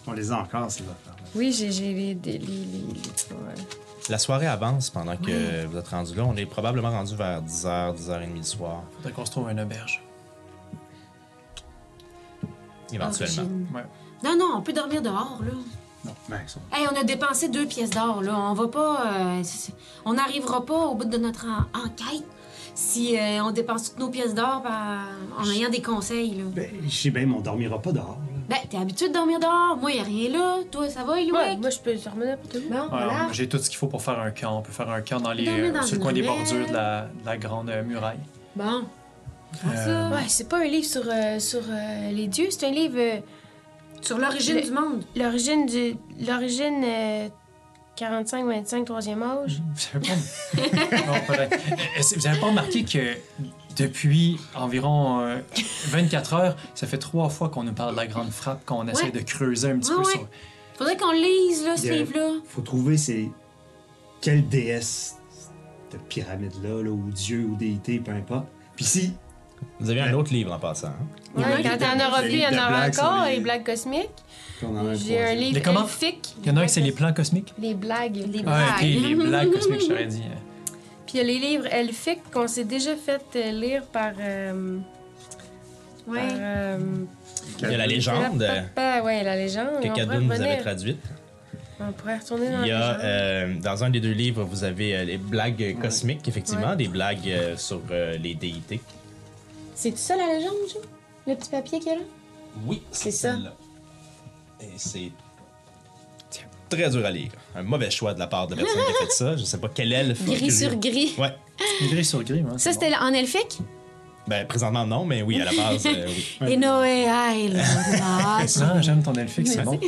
On les a encore, ces affaires Oui, j'ai j'ai les, les, les, les- ouais. La soirée avance pendant que vous êtes rendu là. On est probablement rendu vers 10h, 10h30 du soir, Faudrait qu'on se trouve une auberge. Ah, éventuellement. origine. Ouais. Non, non, on peut dormir dehors, là. Non, mais Ben, ils sont- Hey, on a dépensé deux pièces d'or, là. On va pas. euh, c'est- on n'arrivera pas au bout de notre en- enquête si euh, on dépense toutes nos pièces d'or par- en ayant des conseils, là. Ben, je sais bien, mais on dormira pas dehors. là. Ben, t'es habitué de dormir dehors. Moi, y a rien là. Toi, ça va, Eliwick? Ouais, moi, je peux dormir n'importe où. Bon, Alors, voilà. J'ai tout ce qu'il faut pour faire un camp. On peut faire un camp dans les, Dormir euh, dans sur le une coin des ruelle. bordures de la, de la grande euh, *laughs* muraille. Bon. Prends Euh, ça. Ouais, c'est pas un livre sur, euh, sur euh, les dieux, c'est un livre. euh, Sur l'origine Le- du monde. L'origine du. L'origine 45-25, troisième Mhm. âge. Vous avez pas, *laughs* Non, peut-être. Est-ce- vous avez pas remarqué que depuis environ euh, 24 heures, ça fait trois fois qu'on nous parle de la grande frappe, qu'on essaie Ouais. de creuser un petit Ouais, peu ouais. sur. Faudrait qu'on lise, là, ce Yeah. livre-là. Faut trouver ces... Quelle déesse cette pyramide-là, là, ou dieu, ou déité, peu importe. Puis si... Vous avez un autre livre en passant. hein? Ouais, Ouais, quand les- t'en auras les plus, il y en de aura blagues encore, sur les- les blagues cosmiques. puis on en a un J'ai un troisième. livre Mais comment- elfique. Il y en a un qui c'est les blagues plans cosmiques. Les blagues. Les Ah, ok, blagues. les blagues cosmiques, je t'aurais dit. euh. Puis il y a les livres elfiques qu'on s'est déjà fait euh, lire par. euh, Ouais. par, euh, Il y a la légende euh, papa- ouais, la légende. que Euh, on, pourrait Cadoun vous avait revenir. traduite. on pourrait retourner dans Il y la a, légende. euh, dans un des deux livres, vous avez euh, les blagues cosmiques, effectivement, des blagues euh, sur euh, les déités. C'est tout ça, la légende, Joe? Le petit papier qu'il y a là? Oui, C'est ça. celle-là. Et c'est très dur à lire. Un mauvais choix de la part de la personne qui a fait ça. Je sais pas quel elfe. Gris sur gris. Ouais. Gris sur gris, moi. Ça, c'était en elfique? Ben, présentement, non, mais oui, à la base, euh, oui. Et Noé, ah, Non, Ah, j'aime ton elfique, c'est bon.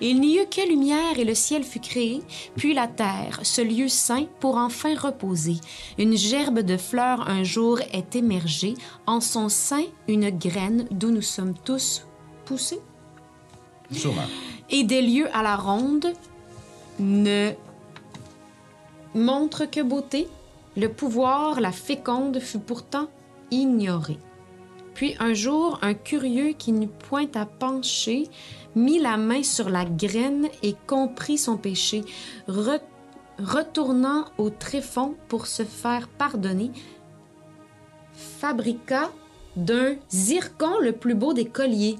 Il n'y eut que lumière et le ciel fut créé, puis la terre, ce lieu saint, pour enfin reposer. Une gerbe de fleurs un jour est émergée, en son sein une graine d'où nous sommes tous poussés. Sûrement. Et des lieux à la ronde ne montrent que beauté. Le pouvoir, la féconde, fut pourtant ignoré. Puis un jour, un curieux qui n'eut point à pencher mit la main sur la graine et comprit son péché. Re- retournant au tréfonds pour se faire pardonner, fabriqua d'un zircon le plus beau des colliers.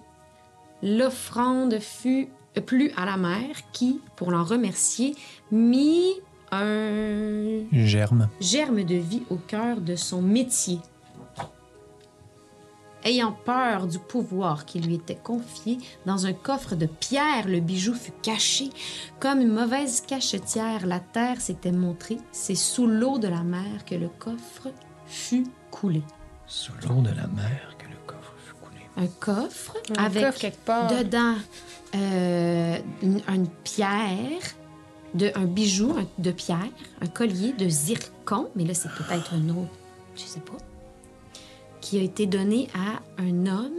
L'offrande fut plus à la mère qui, pour l'en remercier, mit un Germe. germe de vie au cœur de son métier. Ayant peur du pouvoir qui lui était confié, dans un coffre de pierre, le bijou fut caché. Comme une mauvaise cachetière, la terre s'était montrée. C'est sous l'eau de la mer que le coffre fut coulé. Sous l'eau de la mer que le coffre fut coulé. Un coffre Un avec coffre quelque part. dedans euh, une, une pierre, de, un bijou un- de pierre, un collier de zircon, mais là c'est peut-être un autre, je sais pas, qui a été donné à un homme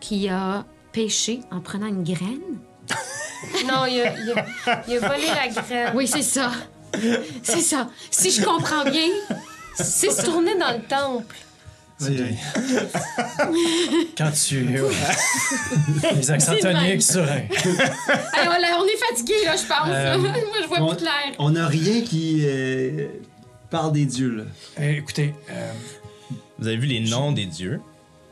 qui a pêché en prenant une graine? Non, il a, il a- il a volé la graine. Oui, c'est ça. *laughs* C'est ça. Si je comprends bien, c'est Il se ça. tournait dans le temple. Quand *laughs* tu. Les accents C'est le même. toniques sur. Hey, on, l'a- on est fatigué, là, je pense. là. *laughs* Euh, Moi, je vois on- plus clair. On n'a rien qui euh, parle des dieux, là. Eh, écoutez, euh, Vous avez vu les noms des dieux.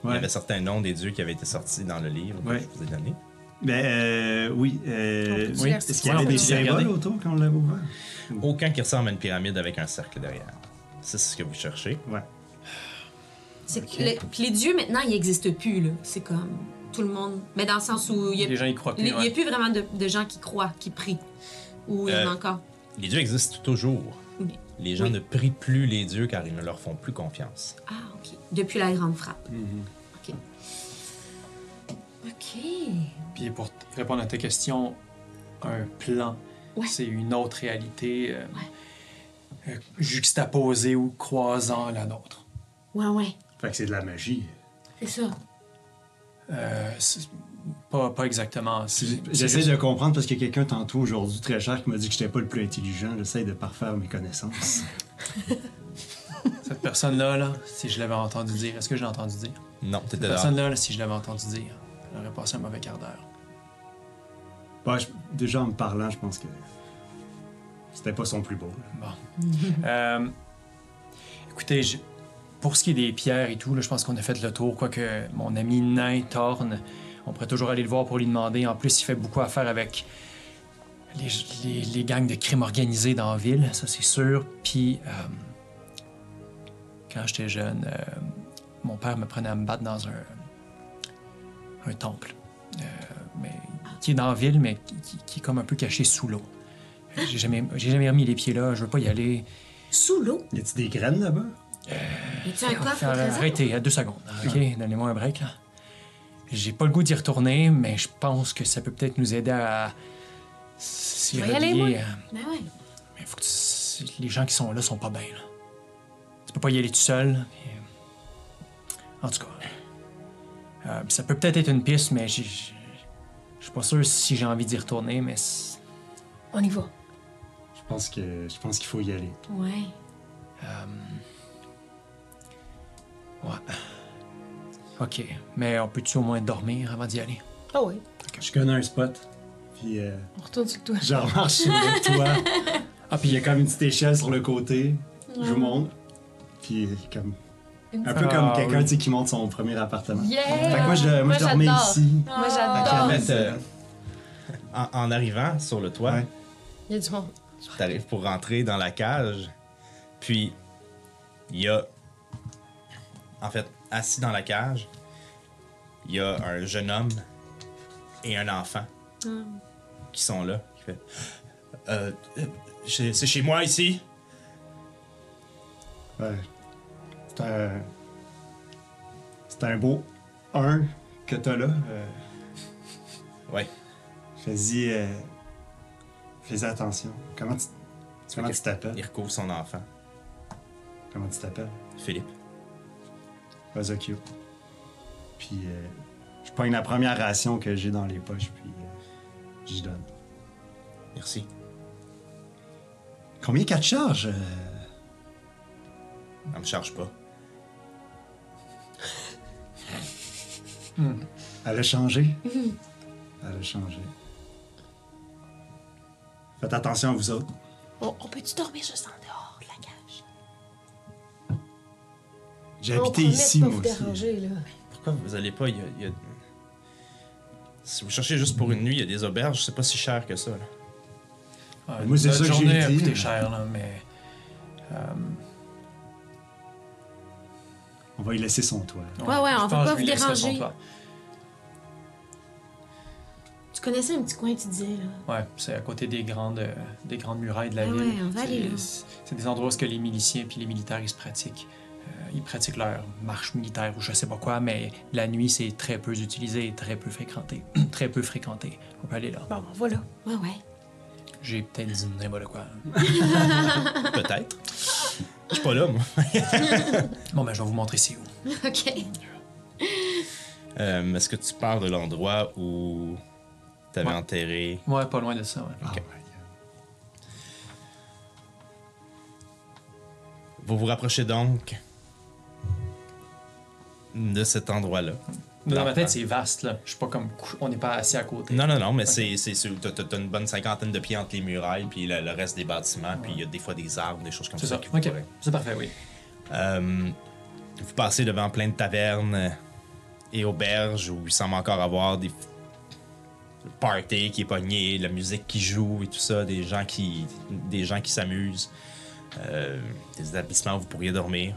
Il y Ouais. avait certains noms des dieux qui avaient été sortis dans le livre Ouais. que je vous ai donné. Mais euh, oui. euh, On peut oui. diversifier. Est-ce qu'il y avait Ouais, on des peut symboles regarder. autour quand on l'avait ouvert? Aucun qui ressemble à une pyramide avec un cercle derrière. Ça, c'est ce que vous cherchez. Ouais. C'est que le- puis les dieux, maintenant, ils n'existent plus, là. C'est comme tout le monde. Mais dans le sens où il Les n'y a, gens y croient il plus. y a ouais. plus vraiment de, de gens qui croient, qui prient. Ou il y en Euh, a encore. Les dieux existent toujours. Oui. Les gens Oui. ne prient plus les dieux car ils ne leur font plus confiance. Ah, OK. Depuis la grande frappe. Mm-hmm. OK. OK. Puis pour t- répondre à ta question, un plan, Ouais. c'est une autre réalité euh, euh, juxtaposée ou croisant la nôtre. Ouais, ouais. Fait que c'est de la magie. C'est ça. Euh, c'est- pas, pas exactement. c'est- c'est J'essaie juste- de comprendre parce qu'il y a quelqu'un tantôt aujourd'hui très cher qui m'a dit que j'étais pas le plus intelligent. J'essaie de parfaire mes connaissances. *laughs* Cette personne-là, là, si je l'avais entendu dire, est-ce que je l'ai entendu dire? Non, t'étais Cette là. personne-là, là, si je l'avais entendu dire, elle aurait passé un mauvais quart d'heure. Ouais, je- déjà en me parlant, je pense que c'était pas son plus beau. là. Bon. Euh, écoutez, je- pour ce qui est des pierres et tout, là, je pense qu'on a fait le tour. Quoique mon ami Nain Thorne, on pourrait toujours aller le voir pour lui demander. En plus, il fait beaucoup affaire avec les, les- les gangs de crimes organisés dans la ville, ça c'est sûr. Puis, euh, quand j'étais jeune, euh, mon père me prenait à me battre dans un, un temple. Euh, mais, qui est dans la ville, mais qui- qui- qui est comme un peu caché sous l'eau. J'ai jamais, j'ai jamais remis les pieds là, je veux pas y aller. Sous l'eau. Y a-t-il des graines là-bas? Y a-tu un coffre au trésor? Arrêtez, à deux secondes. OK, donnez-moi un break, là. J'ai pas le goût d'y retourner, mais je pense que ça peut peut-être nous aider à s'y Je vais y aller, moi. relier. euh, Ben ouais. Mais faut que tu- les gens qui sont là sont pas bien, là. Tu peux pas y aller tout seul. puis- En tout cas, euh, ça peut peut-être être une piste, mais j'ai- j'ai- je suis pas sûr si j'ai envie d'y retourner, mais... c'est- On y va. Je pense que je pense qu'il faut y aller. Ouais. Ouais. OK, mais on peut-tu au moins dormir avant d'y aller? Ah oui. Je connais un spot. Puis euh, On retourne sur toi. je remarche sur *laughs* le toit. Ah, Puis il y a comme une petite échelle sur le côté. Je vous montre. Puis comme un peu comme Ah, quelqu'un oui. tu sais, qui monte son premier appartement. Yeah! Fait que moi, je, moi, je dormais j'adore. ici. Moi, Fait qu'en j'adore. fait, euh, en, en arrivant sur le toit, Ouais. Il y a du monde. t'arrives pour rentrer dans la cage, puis il y a, en fait, assis dans la cage, il y a un jeune homme et un enfant Hmm. qui sont là. qui fait, Euh, euh, c'est c'est chez moi ici. Ouais. C'est un. C'est un beau un que t'as là. Euh, Ouais. Fais-y. euh, Fais-y attention. Comment tu comment tu t'appelles? Il recouvre son enfant, Comment tu t'appelles? Philippe. Ozokyo. Puis euh, je prends la première ration que j'ai dans les poches, puis euh, j'y donne. Merci. Combien qu'elle te charge? euh? Elle me charge pas. Elle a changé. Mhm. Elle a changé. Faites attention à vous autres. Oh, On, on peut-tu dormir juste en dehors de la cage? J'ai On habité promet de ici, pas moi vous aussi. déranger, là. Pourquoi vous allez pas? il y a- il y a- Si vous cherchez juste pour une nuit, il y a des auberges, c'est pas si cher que ça. là. Ouais, Moi, c'est Ah, notre ça que j'ai journée a dit. coûté cher, là, mais... On va y laisser son toit. Ouais, ouais, je on va pense que pas je vous lui laisserai son déranger. toit. Tu connaissais un petit coin, tu disais, là. Ouais, c'est à côté des grandes, euh, des grandes murailles de la Ah ville. ouais, on va C'est- aller là. c'est- C'est des endroits où ce que les miliciens puis les militaires ils se pratiquent. Euh, ils pratiquent leur marche militaire ou je sais pas quoi, mais la nuit c'est très peu utilisé et très peu fréquenté. *clears throat* très peu fréquenté. On peut aller là. Bon, ben, voilà. Ouais, ouais. *laughs* J'ai peut-être dit n'importe quoi. Peut-être. Je suis pas là, moi. Bon, ben je vais vous montrer c'est où. OK. Euh, Est-ce que tu parles de l'endroit où t'avais Ouais. enterré Ouais, pas loin de ça. ouais. Ah. Ok. Vous vous rapprochez donc de cet endroit-là. Dans Ben, ma L'enfant. tête, c'est vaste, là. Je suis pas comme. cou- On n'est pas assis à côté. Non, non, non, mais c'est- c'est sûr, t'as- t'as t'as une bonne cinquantaine de pieds entre les murailles, puis le, le reste des bâtiments, puis il y a des fois des arbres, des choses comme C'est ça. ça. qui vous Ok. pourraient. C'est parfait, oui. Euh, vous passez devant plein de tavernes euh, et auberges où il semble encore avoir des parties qui est pogné, la musique qui joue et tout ça, des gens qui, des gens qui s'amusent, euh, des établissements où vous pourriez dormir.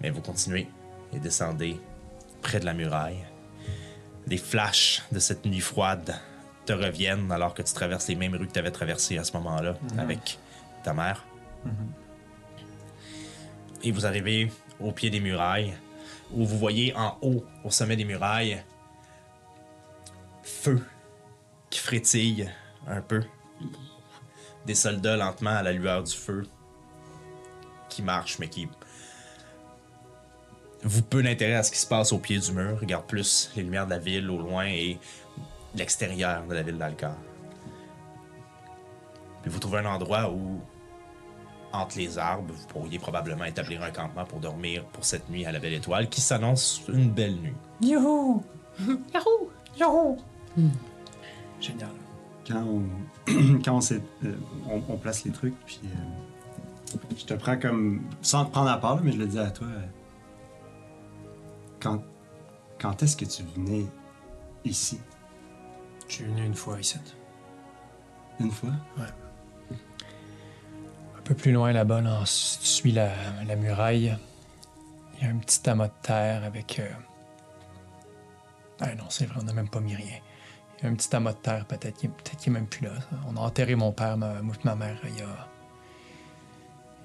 Mais vous continuez et descendez près de la muraille. Les flashs de cette nuit froide te reviennent alors que tu traverses les mêmes rues que tu avais traversées à ce moment-là avec ta mère et vous arrivez au pied des murailles, où vous voyez en haut, au sommet des murailles, feu qui frétille un peu. Des soldats lentement à la lueur du feu qui marchent, mais qui vous peu d'intérêt à ce qui se passe au pied du mur. Regarde plus les lumières de la ville au loin et l'extérieur de la ville d'Alcar. Puis vous trouvez un endroit où entre les arbres, vous pourriez probablement établir un campement pour dormir pour cette nuit à la belle étoile qui s'annonce une belle nuit. Youhou! Yahoo! Youhou! Génial. Quand on, *clears throat* quand on, s'est- euh, on- on place les trucs, puis euh, je te prends comme. sans te prendre à part, là, mais je le dis à toi. euh, quand quand est-ce que tu venais ici Je suis venu une fois ici. Une fois Un peu plus loin là-bas, là, si tu suis la, la muraille, il y a un petit amas de terre avec. euh, Ah non, c'est vrai, on n'a même pas mis rien. Il y a un petit amas de terre, peut-être, qui est- peut-être qu'il n'est même plus là. ça. On a enterré mon père, ma, moi et ma mère, il y a.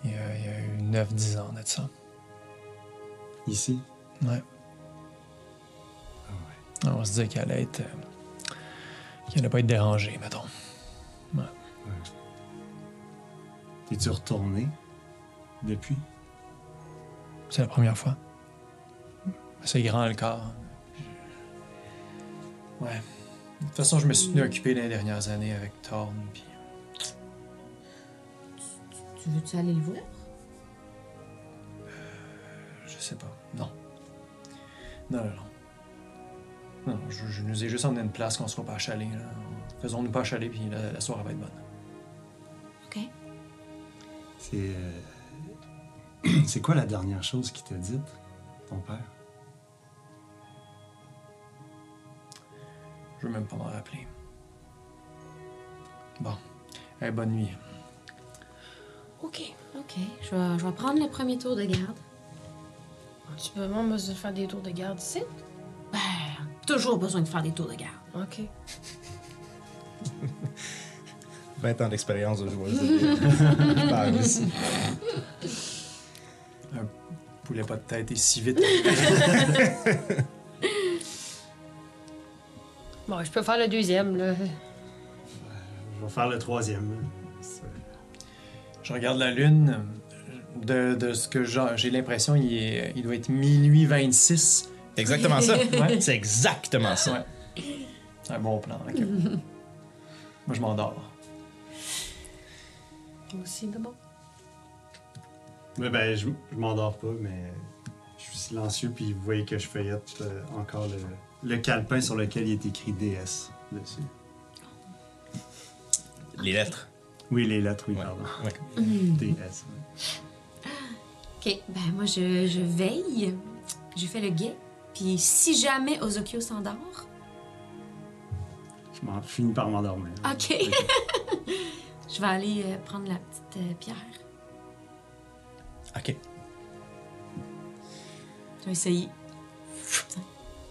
Il y a, il y a eu 9-10 ans de ça. Ici Ouais. On se disait qu'il allait être. euh, qu'il allait pas être dérangé, mettons. Es-tu retourné depuis C'est la première fois. C'est grand le corps. Ouais. De toute façon, je me suis tenu occupé les dernières années avec Thorne. Puis... Tu veux-tu aller le voir? Je sais pas. Non. Non, non, non. Non, je, je nous ai juste emmené une place qu'on soit pas achalés. là. Faisons-nous pas achaler, puis la, la soirée va être bonne. OK. C'est. euh, *clears throat* C'est quoi la dernière chose qu'il t'a dite, ton père Je veux même pas m'en rappeler. Bon. Eh, bonne nuit. OK. OK. Je vais, je vais prendre le premier tour de garde. Tu peux vraiment me faire des tours de garde ici? Ben, toujours besoin de faire des tours de garde. Ok. 20 ans d'expérience de joueuse de *laughs* vie. Par ici. Je voulais pas de tête et si vite. Bon, je peux faire le deuxième, là. Je vais faire le troisième. Je regarde la lune. De, de ce que j'en- j'ai l'impression, il, est- il doit être minuit 26. C'est exactement ça. Ouais. C'est exactement ça. Ouais. Un bon plan. *laughs* ok. Moi, je m'endors. Moi aussi, d'abord. Mais ben, je, je m'endors pas, mais je suis silencieux, puis vous voyez que je feuillette euh, encore le, le calepin sur lequel il est écrit DS dessus. Les lettres. Oui, les lettres, oui, Ouais. pardon. Ouais. DS. OK. Ben, moi, je, je veille. Je fais le guet. Puis si jamais Ozokyo s'endort, Je m'en- je finis par m'endormir. OK. *laughs* je vais aller euh, prendre la petite euh, pierre. OK. Je vais essayer.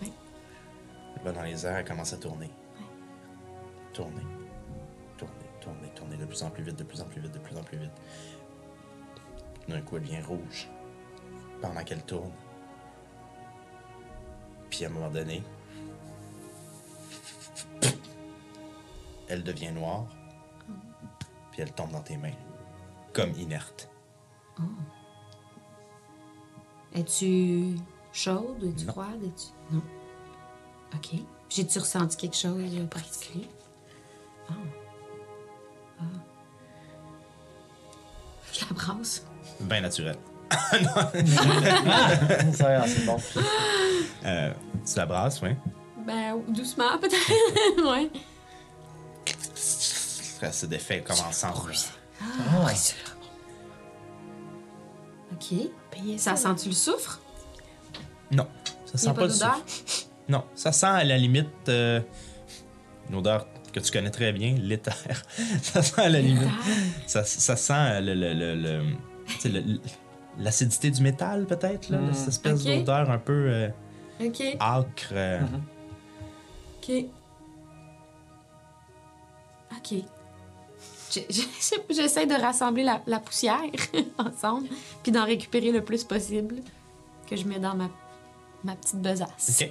Elle va dans les airs, elle commence à tourner. Tourner. Tourner, tourner, tourner de plus en plus vite, de plus en plus vite, de plus en plus vite. D'un coup, elle devient rouge pendant qu'elle tourne. Puis à un moment donné, elle devient noire. Puis elle tombe dans tes mains, comme inerte. Es-tu chaude, es-tu Non. froide? Es-tu... Non. OK. J'ai-tu ressenti quelque chose de particulier? Ah. Ah. Je la brasse. Bien naturel. Ça, c'est bon. Euh, tu la brasses, oui. Ben, doucement, peut-être. *laughs* ouais. Ça se défait comme ensemble. OK. Payez Ça ça. sent-tu le soufre? Non, Il ça n'y sent a pas, pas le d'odeur? souffle. Non, ça sent à la limite euh, une odeur que tu connais très bien, l'éther. *laughs* ça sent à la limite. Ça, ça sent le- le- le- le- tu sais, le- le- l'acidité du métal, peut-être, là, cette espèce Ok. d'odeur un peu euh, OK. âcre. euh, OK. OK. *laughs* Je- je- J'essaie de rassembler la, la poussière *laughs* ensemble, puis d'en récupérer le plus possible que je mets dans ma, ma petite besace. Ok.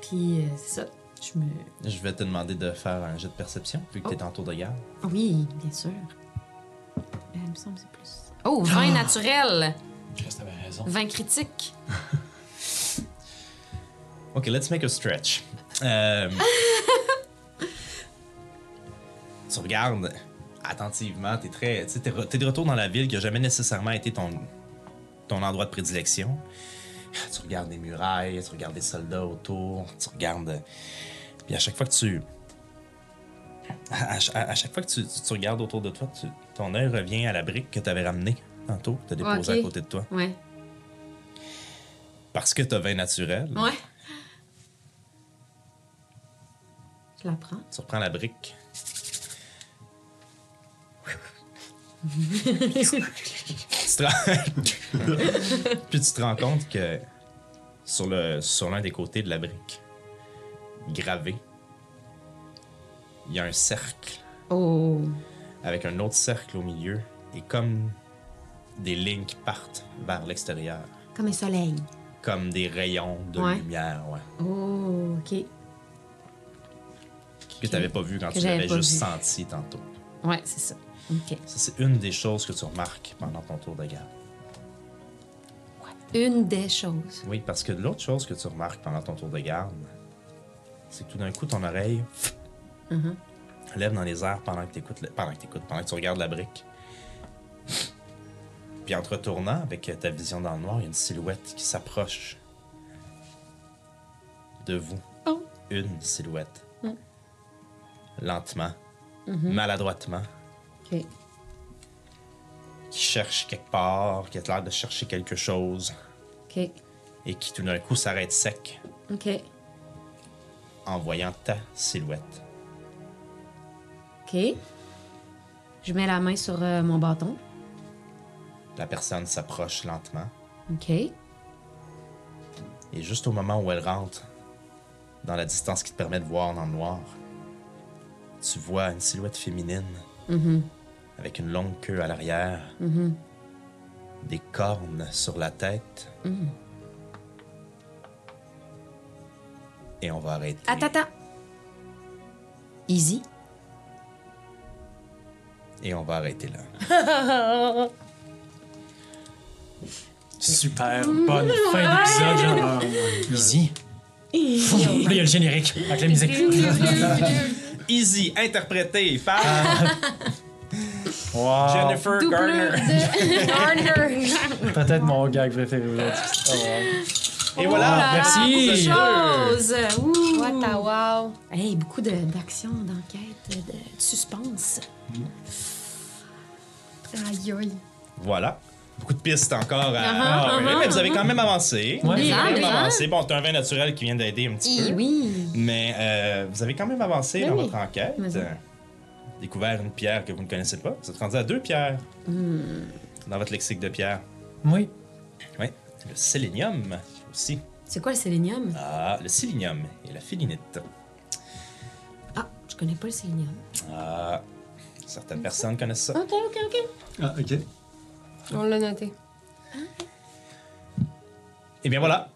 Puis euh, c'est ça. Je me. Je vais te demander de faire un jet de perception, vu que t'es en tour de garde. Oui, bien sûr. Euh, il me semble que c'est plus. Oh, vin naturel! Chris, t'avais raison. Vin critique! Ok, let's make a stretch. Euh, tu regardes attentivement, t'es très, tu sais, t'es re- t'es de retour dans la ville qui a jamais nécessairement été ton, ton endroit de prédilection. Tu regardes les murailles, tu regardes les soldats autour, tu regardes. Puis à chaque fois que tu, à, à- à chaque fois que tu, tu- tu regardes autour de toi, tu- ton œil revient à la brique que t'avais ramenée tantôt, que t'as déposée Ok. à côté de toi, Ouais. parce que t'as vin naturel. Ouais. Je la prends. Tu reprends la brique. Tu te rends- Puis tu te rends compte que sur le sur l'un des côtés de la brique, gravé, il y a un cercle Oh. avec un autre cercle au milieu et comme des lignes qui partent vers l'extérieur, Comme un soleil. comme des rayons de Ouais. lumière, ouais. Oh, OK. Que t'avais pas vu quand Que tu j'avais l'avais pas juste vu. senti tantôt. Ouais, c'est ça. OK. Ça, c'est une des choses que tu remarques pendant ton tour de garde. Une des choses. Oui, parce que l'autre chose que tu remarques pendant ton tour de garde, c'est que tout d'un coup, ton oreille lève dans les airs pendant que tu écoutes, pendant que, t'écoutes, pendant que tu regardes la brique. Puis en te retournant avec euh, ta vision dans le noir, il y a une silhouette qui s'approche de vous. Oh. Une silhouette. Lentement, maladroitement, OK. qui cherche quelque part, qui a l'air de chercher quelque chose OK. et qui tout d'un coup s'arrête sec OK. en voyant ta silhouette. OK. Je mets la main sur euh, mon bâton. La personne s'approche lentement OK. et juste au moment où elle rentre, dans la distance qui te permet de voir dans le noir, tu vois une silhouette féminine Mm-hmm. avec une longue queue à l'arrière, des cornes sur la tête. Mm-hmm. Et on va arrêter. Attends, attends. Easy. Et on va arrêter là. Super bonne fin d'épisode, genre. Ah, ouais. Easy. Puis là, il y a le générique avec la musique. Easy, interprété par Ah. Wow. Jennifer Garner. *laughs* *laughs* Peut-être mon gag préféré aujourd'hui. Oh, Oh Et voilà. merci. Chose. Ouh. What the wow. Hey, beaucoup de- d'action, d'enquête, de, de suspense. Aïe, aïe. Voilà. Beaucoup de pistes encore à. Ah, ah, Ah, oui, ah, mais vous avez quand même avancé. Vous avez Oui, quand même oui. avancé. Bon, t'as un vin naturel qui vient d'aider un petit Oui, peu. Eh oui. Mais euh, vous avez quand même avancé Ben dans oui. votre enquête. Mais oui. Euh, découvert une pierre que vous ne connaissez pas. Vous êtes rendu à deux pierres Hmm. dans votre lexique de pierre. Oui. Oui. Le sélénium aussi. C'est quoi le sélénium? Ah, le sélénium et la félinite. Ah, je connais pas le sélénium. Ah, certaines personnes connaissent ça. OK, OK, OK. Ah, ok. On l'a noté. Et Eh bien voilà.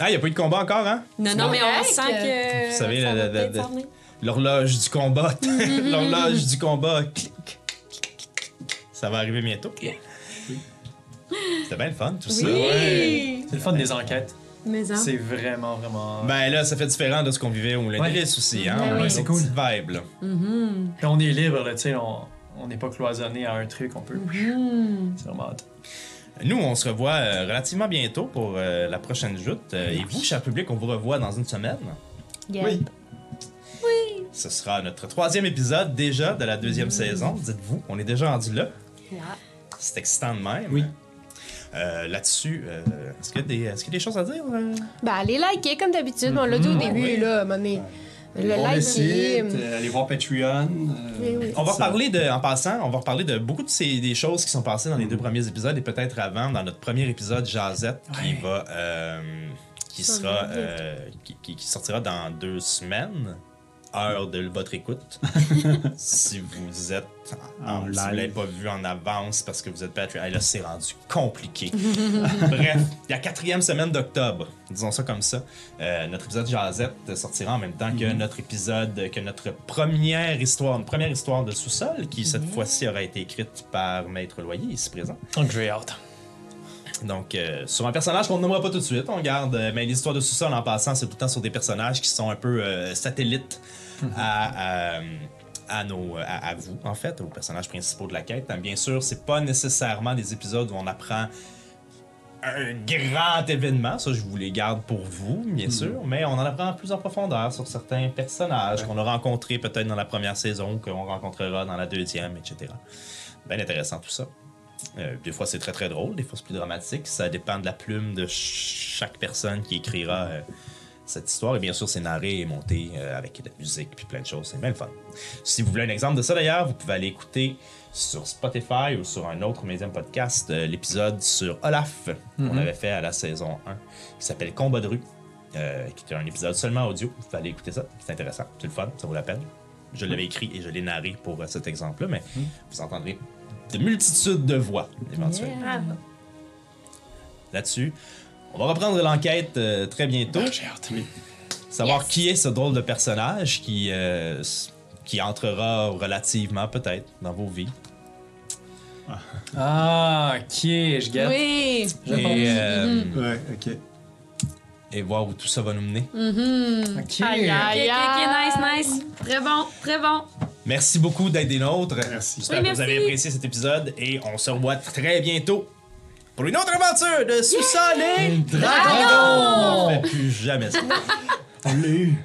Ah, il n'y a pas eu de combat encore, hein? Non, non, mais on Correct. sent que. Vous savez, ça la- va la- peut-être la- s'en venir. L'horloge du combat. L'horloge du combat. Clic, clic, clic, clic. Ça va arriver bientôt. C'était bien le fun, tout ça. Oui! C'est le fun des enquêtes. Mais hein. C'est vraiment, vraiment. Ben là, ça fait différent de ce qu'on vivait au Lundi Ouais. aussi, hein? Ben oui. C'est C'est cool. cool. vibe, là. Mhm. Puis on est libre, là, tu sais, on on n'est pas cloisonné à un truc, on peut. Mhm. C'est vraiment. Nous, on se revoit euh, relativement bientôt pour euh, la prochaine joute. Euh, et vous, cher public, on vous revoit dans une semaine. Oui. Ce sera notre troisième épisode déjà de la deuxième saison, dites-vous. On est déjà rendu là. C'est excitant de même. Oui. Euh, Là-dessus, euh, est-ce qu'il y, a des- est-ce qu'il y a des choses à dire? euh? Ben, allez liker comme d'habitude. On l'a dit au début, oui. là, à un moment donné. Le Bon, like, hum. essayez, c'est- euh, allez voir Patreon. euh, Oui, oui. On va parler reparler de, en passant, on va reparler de beaucoup de ces des choses qui sont passées dans les deux premiers épisodes et peut-être avant dans notre premier épisode Jazette qui Ouais. va, euh, qui Ça sera, va vite. euh, qui, qui- qui sortira dans deux semaines. Heure de votre écoute. si vous êtes si En vous live. l'avez pas vu en avance parce que vous êtes Patreon, Hey, là c'est rendu compliqué. *laughs* Bref, la quatrième semaine d'octobre, disons ça comme ça, euh, notre épisode Jazette sortira en même temps que Mhm. notre épisode, que notre première histoire, une première histoire de sous-sol qui cette Mhm. fois-ci aura été écrite par Maître Loyer ici présent. Donc, j'ai hâte. Donc, euh, sur un personnage qu'on ne nommera pas tout de suite, on garde. euh, mais l'histoire de sous-sol, en passant, c'est tout le temps sur des personnages qui sont un peu euh, satellites à, à, à nos, à, à vous, en fait, aux personnages principaux de la quête. Euh, Bien sûr, c'est pas nécessairement des épisodes où on apprend un grand événement. Ça, je vous les garde pour vous, bien sûr. Mais on en apprend plus en profondeur sur certains personnages qu'on a rencontrés peut-être dans la première saison, qu'on rencontrera dans la deuxième, etc. Bien intéressant tout ça. Euh, des fois, c'est très très drôle, des fois, c'est plus dramatique. Ça dépend de la plume de ch- chaque personne qui écrira euh, cette histoire. Et bien sûr, c'est narré et monté euh, avec de la musique puis plein de choses. C'est bien le fun. Si vous voulez un exemple de ça d'ailleurs, vous pouvez aller écouter sur Spotify ou sur un autre médium podcast euh, l'épisode sur Olaf qu'on avait fait à la saison 1 qui s'appelle Combat de rue, euh, qui est un épisode seulement audio. Vous pouvez aller écouter ça. C'est intéressant, c'est le fun, ça vaut la peine. Je l'avais écrit et je l'ai narré pour euh, cet exemple-là, mais vous entendrez de multitudes de voix éventuellement Ah, là-dessus. On va reprendre l'enquête euh, très bientôt. Savoir Yes. qui est ce drôle de personnage qui, euh, s- qui entrera relativement peut-être dans vos vies. Ah, ok, je garde. Oui. Et, euh, Ouais, ok. et voir où tout ça va nous mener. Ok. Aïe, aïe, aïe. Ok, ok, nice, nice. Très bon, très bon. Merci beaucoup d'être des nôtres. Merci. J'espère Oui, que vous merci. avez apprécié cet épisode et on se revoit très bientôt pour une autre aventure de sous-sol et Dragon! On ne fait plus jamais ça. On l'a eu.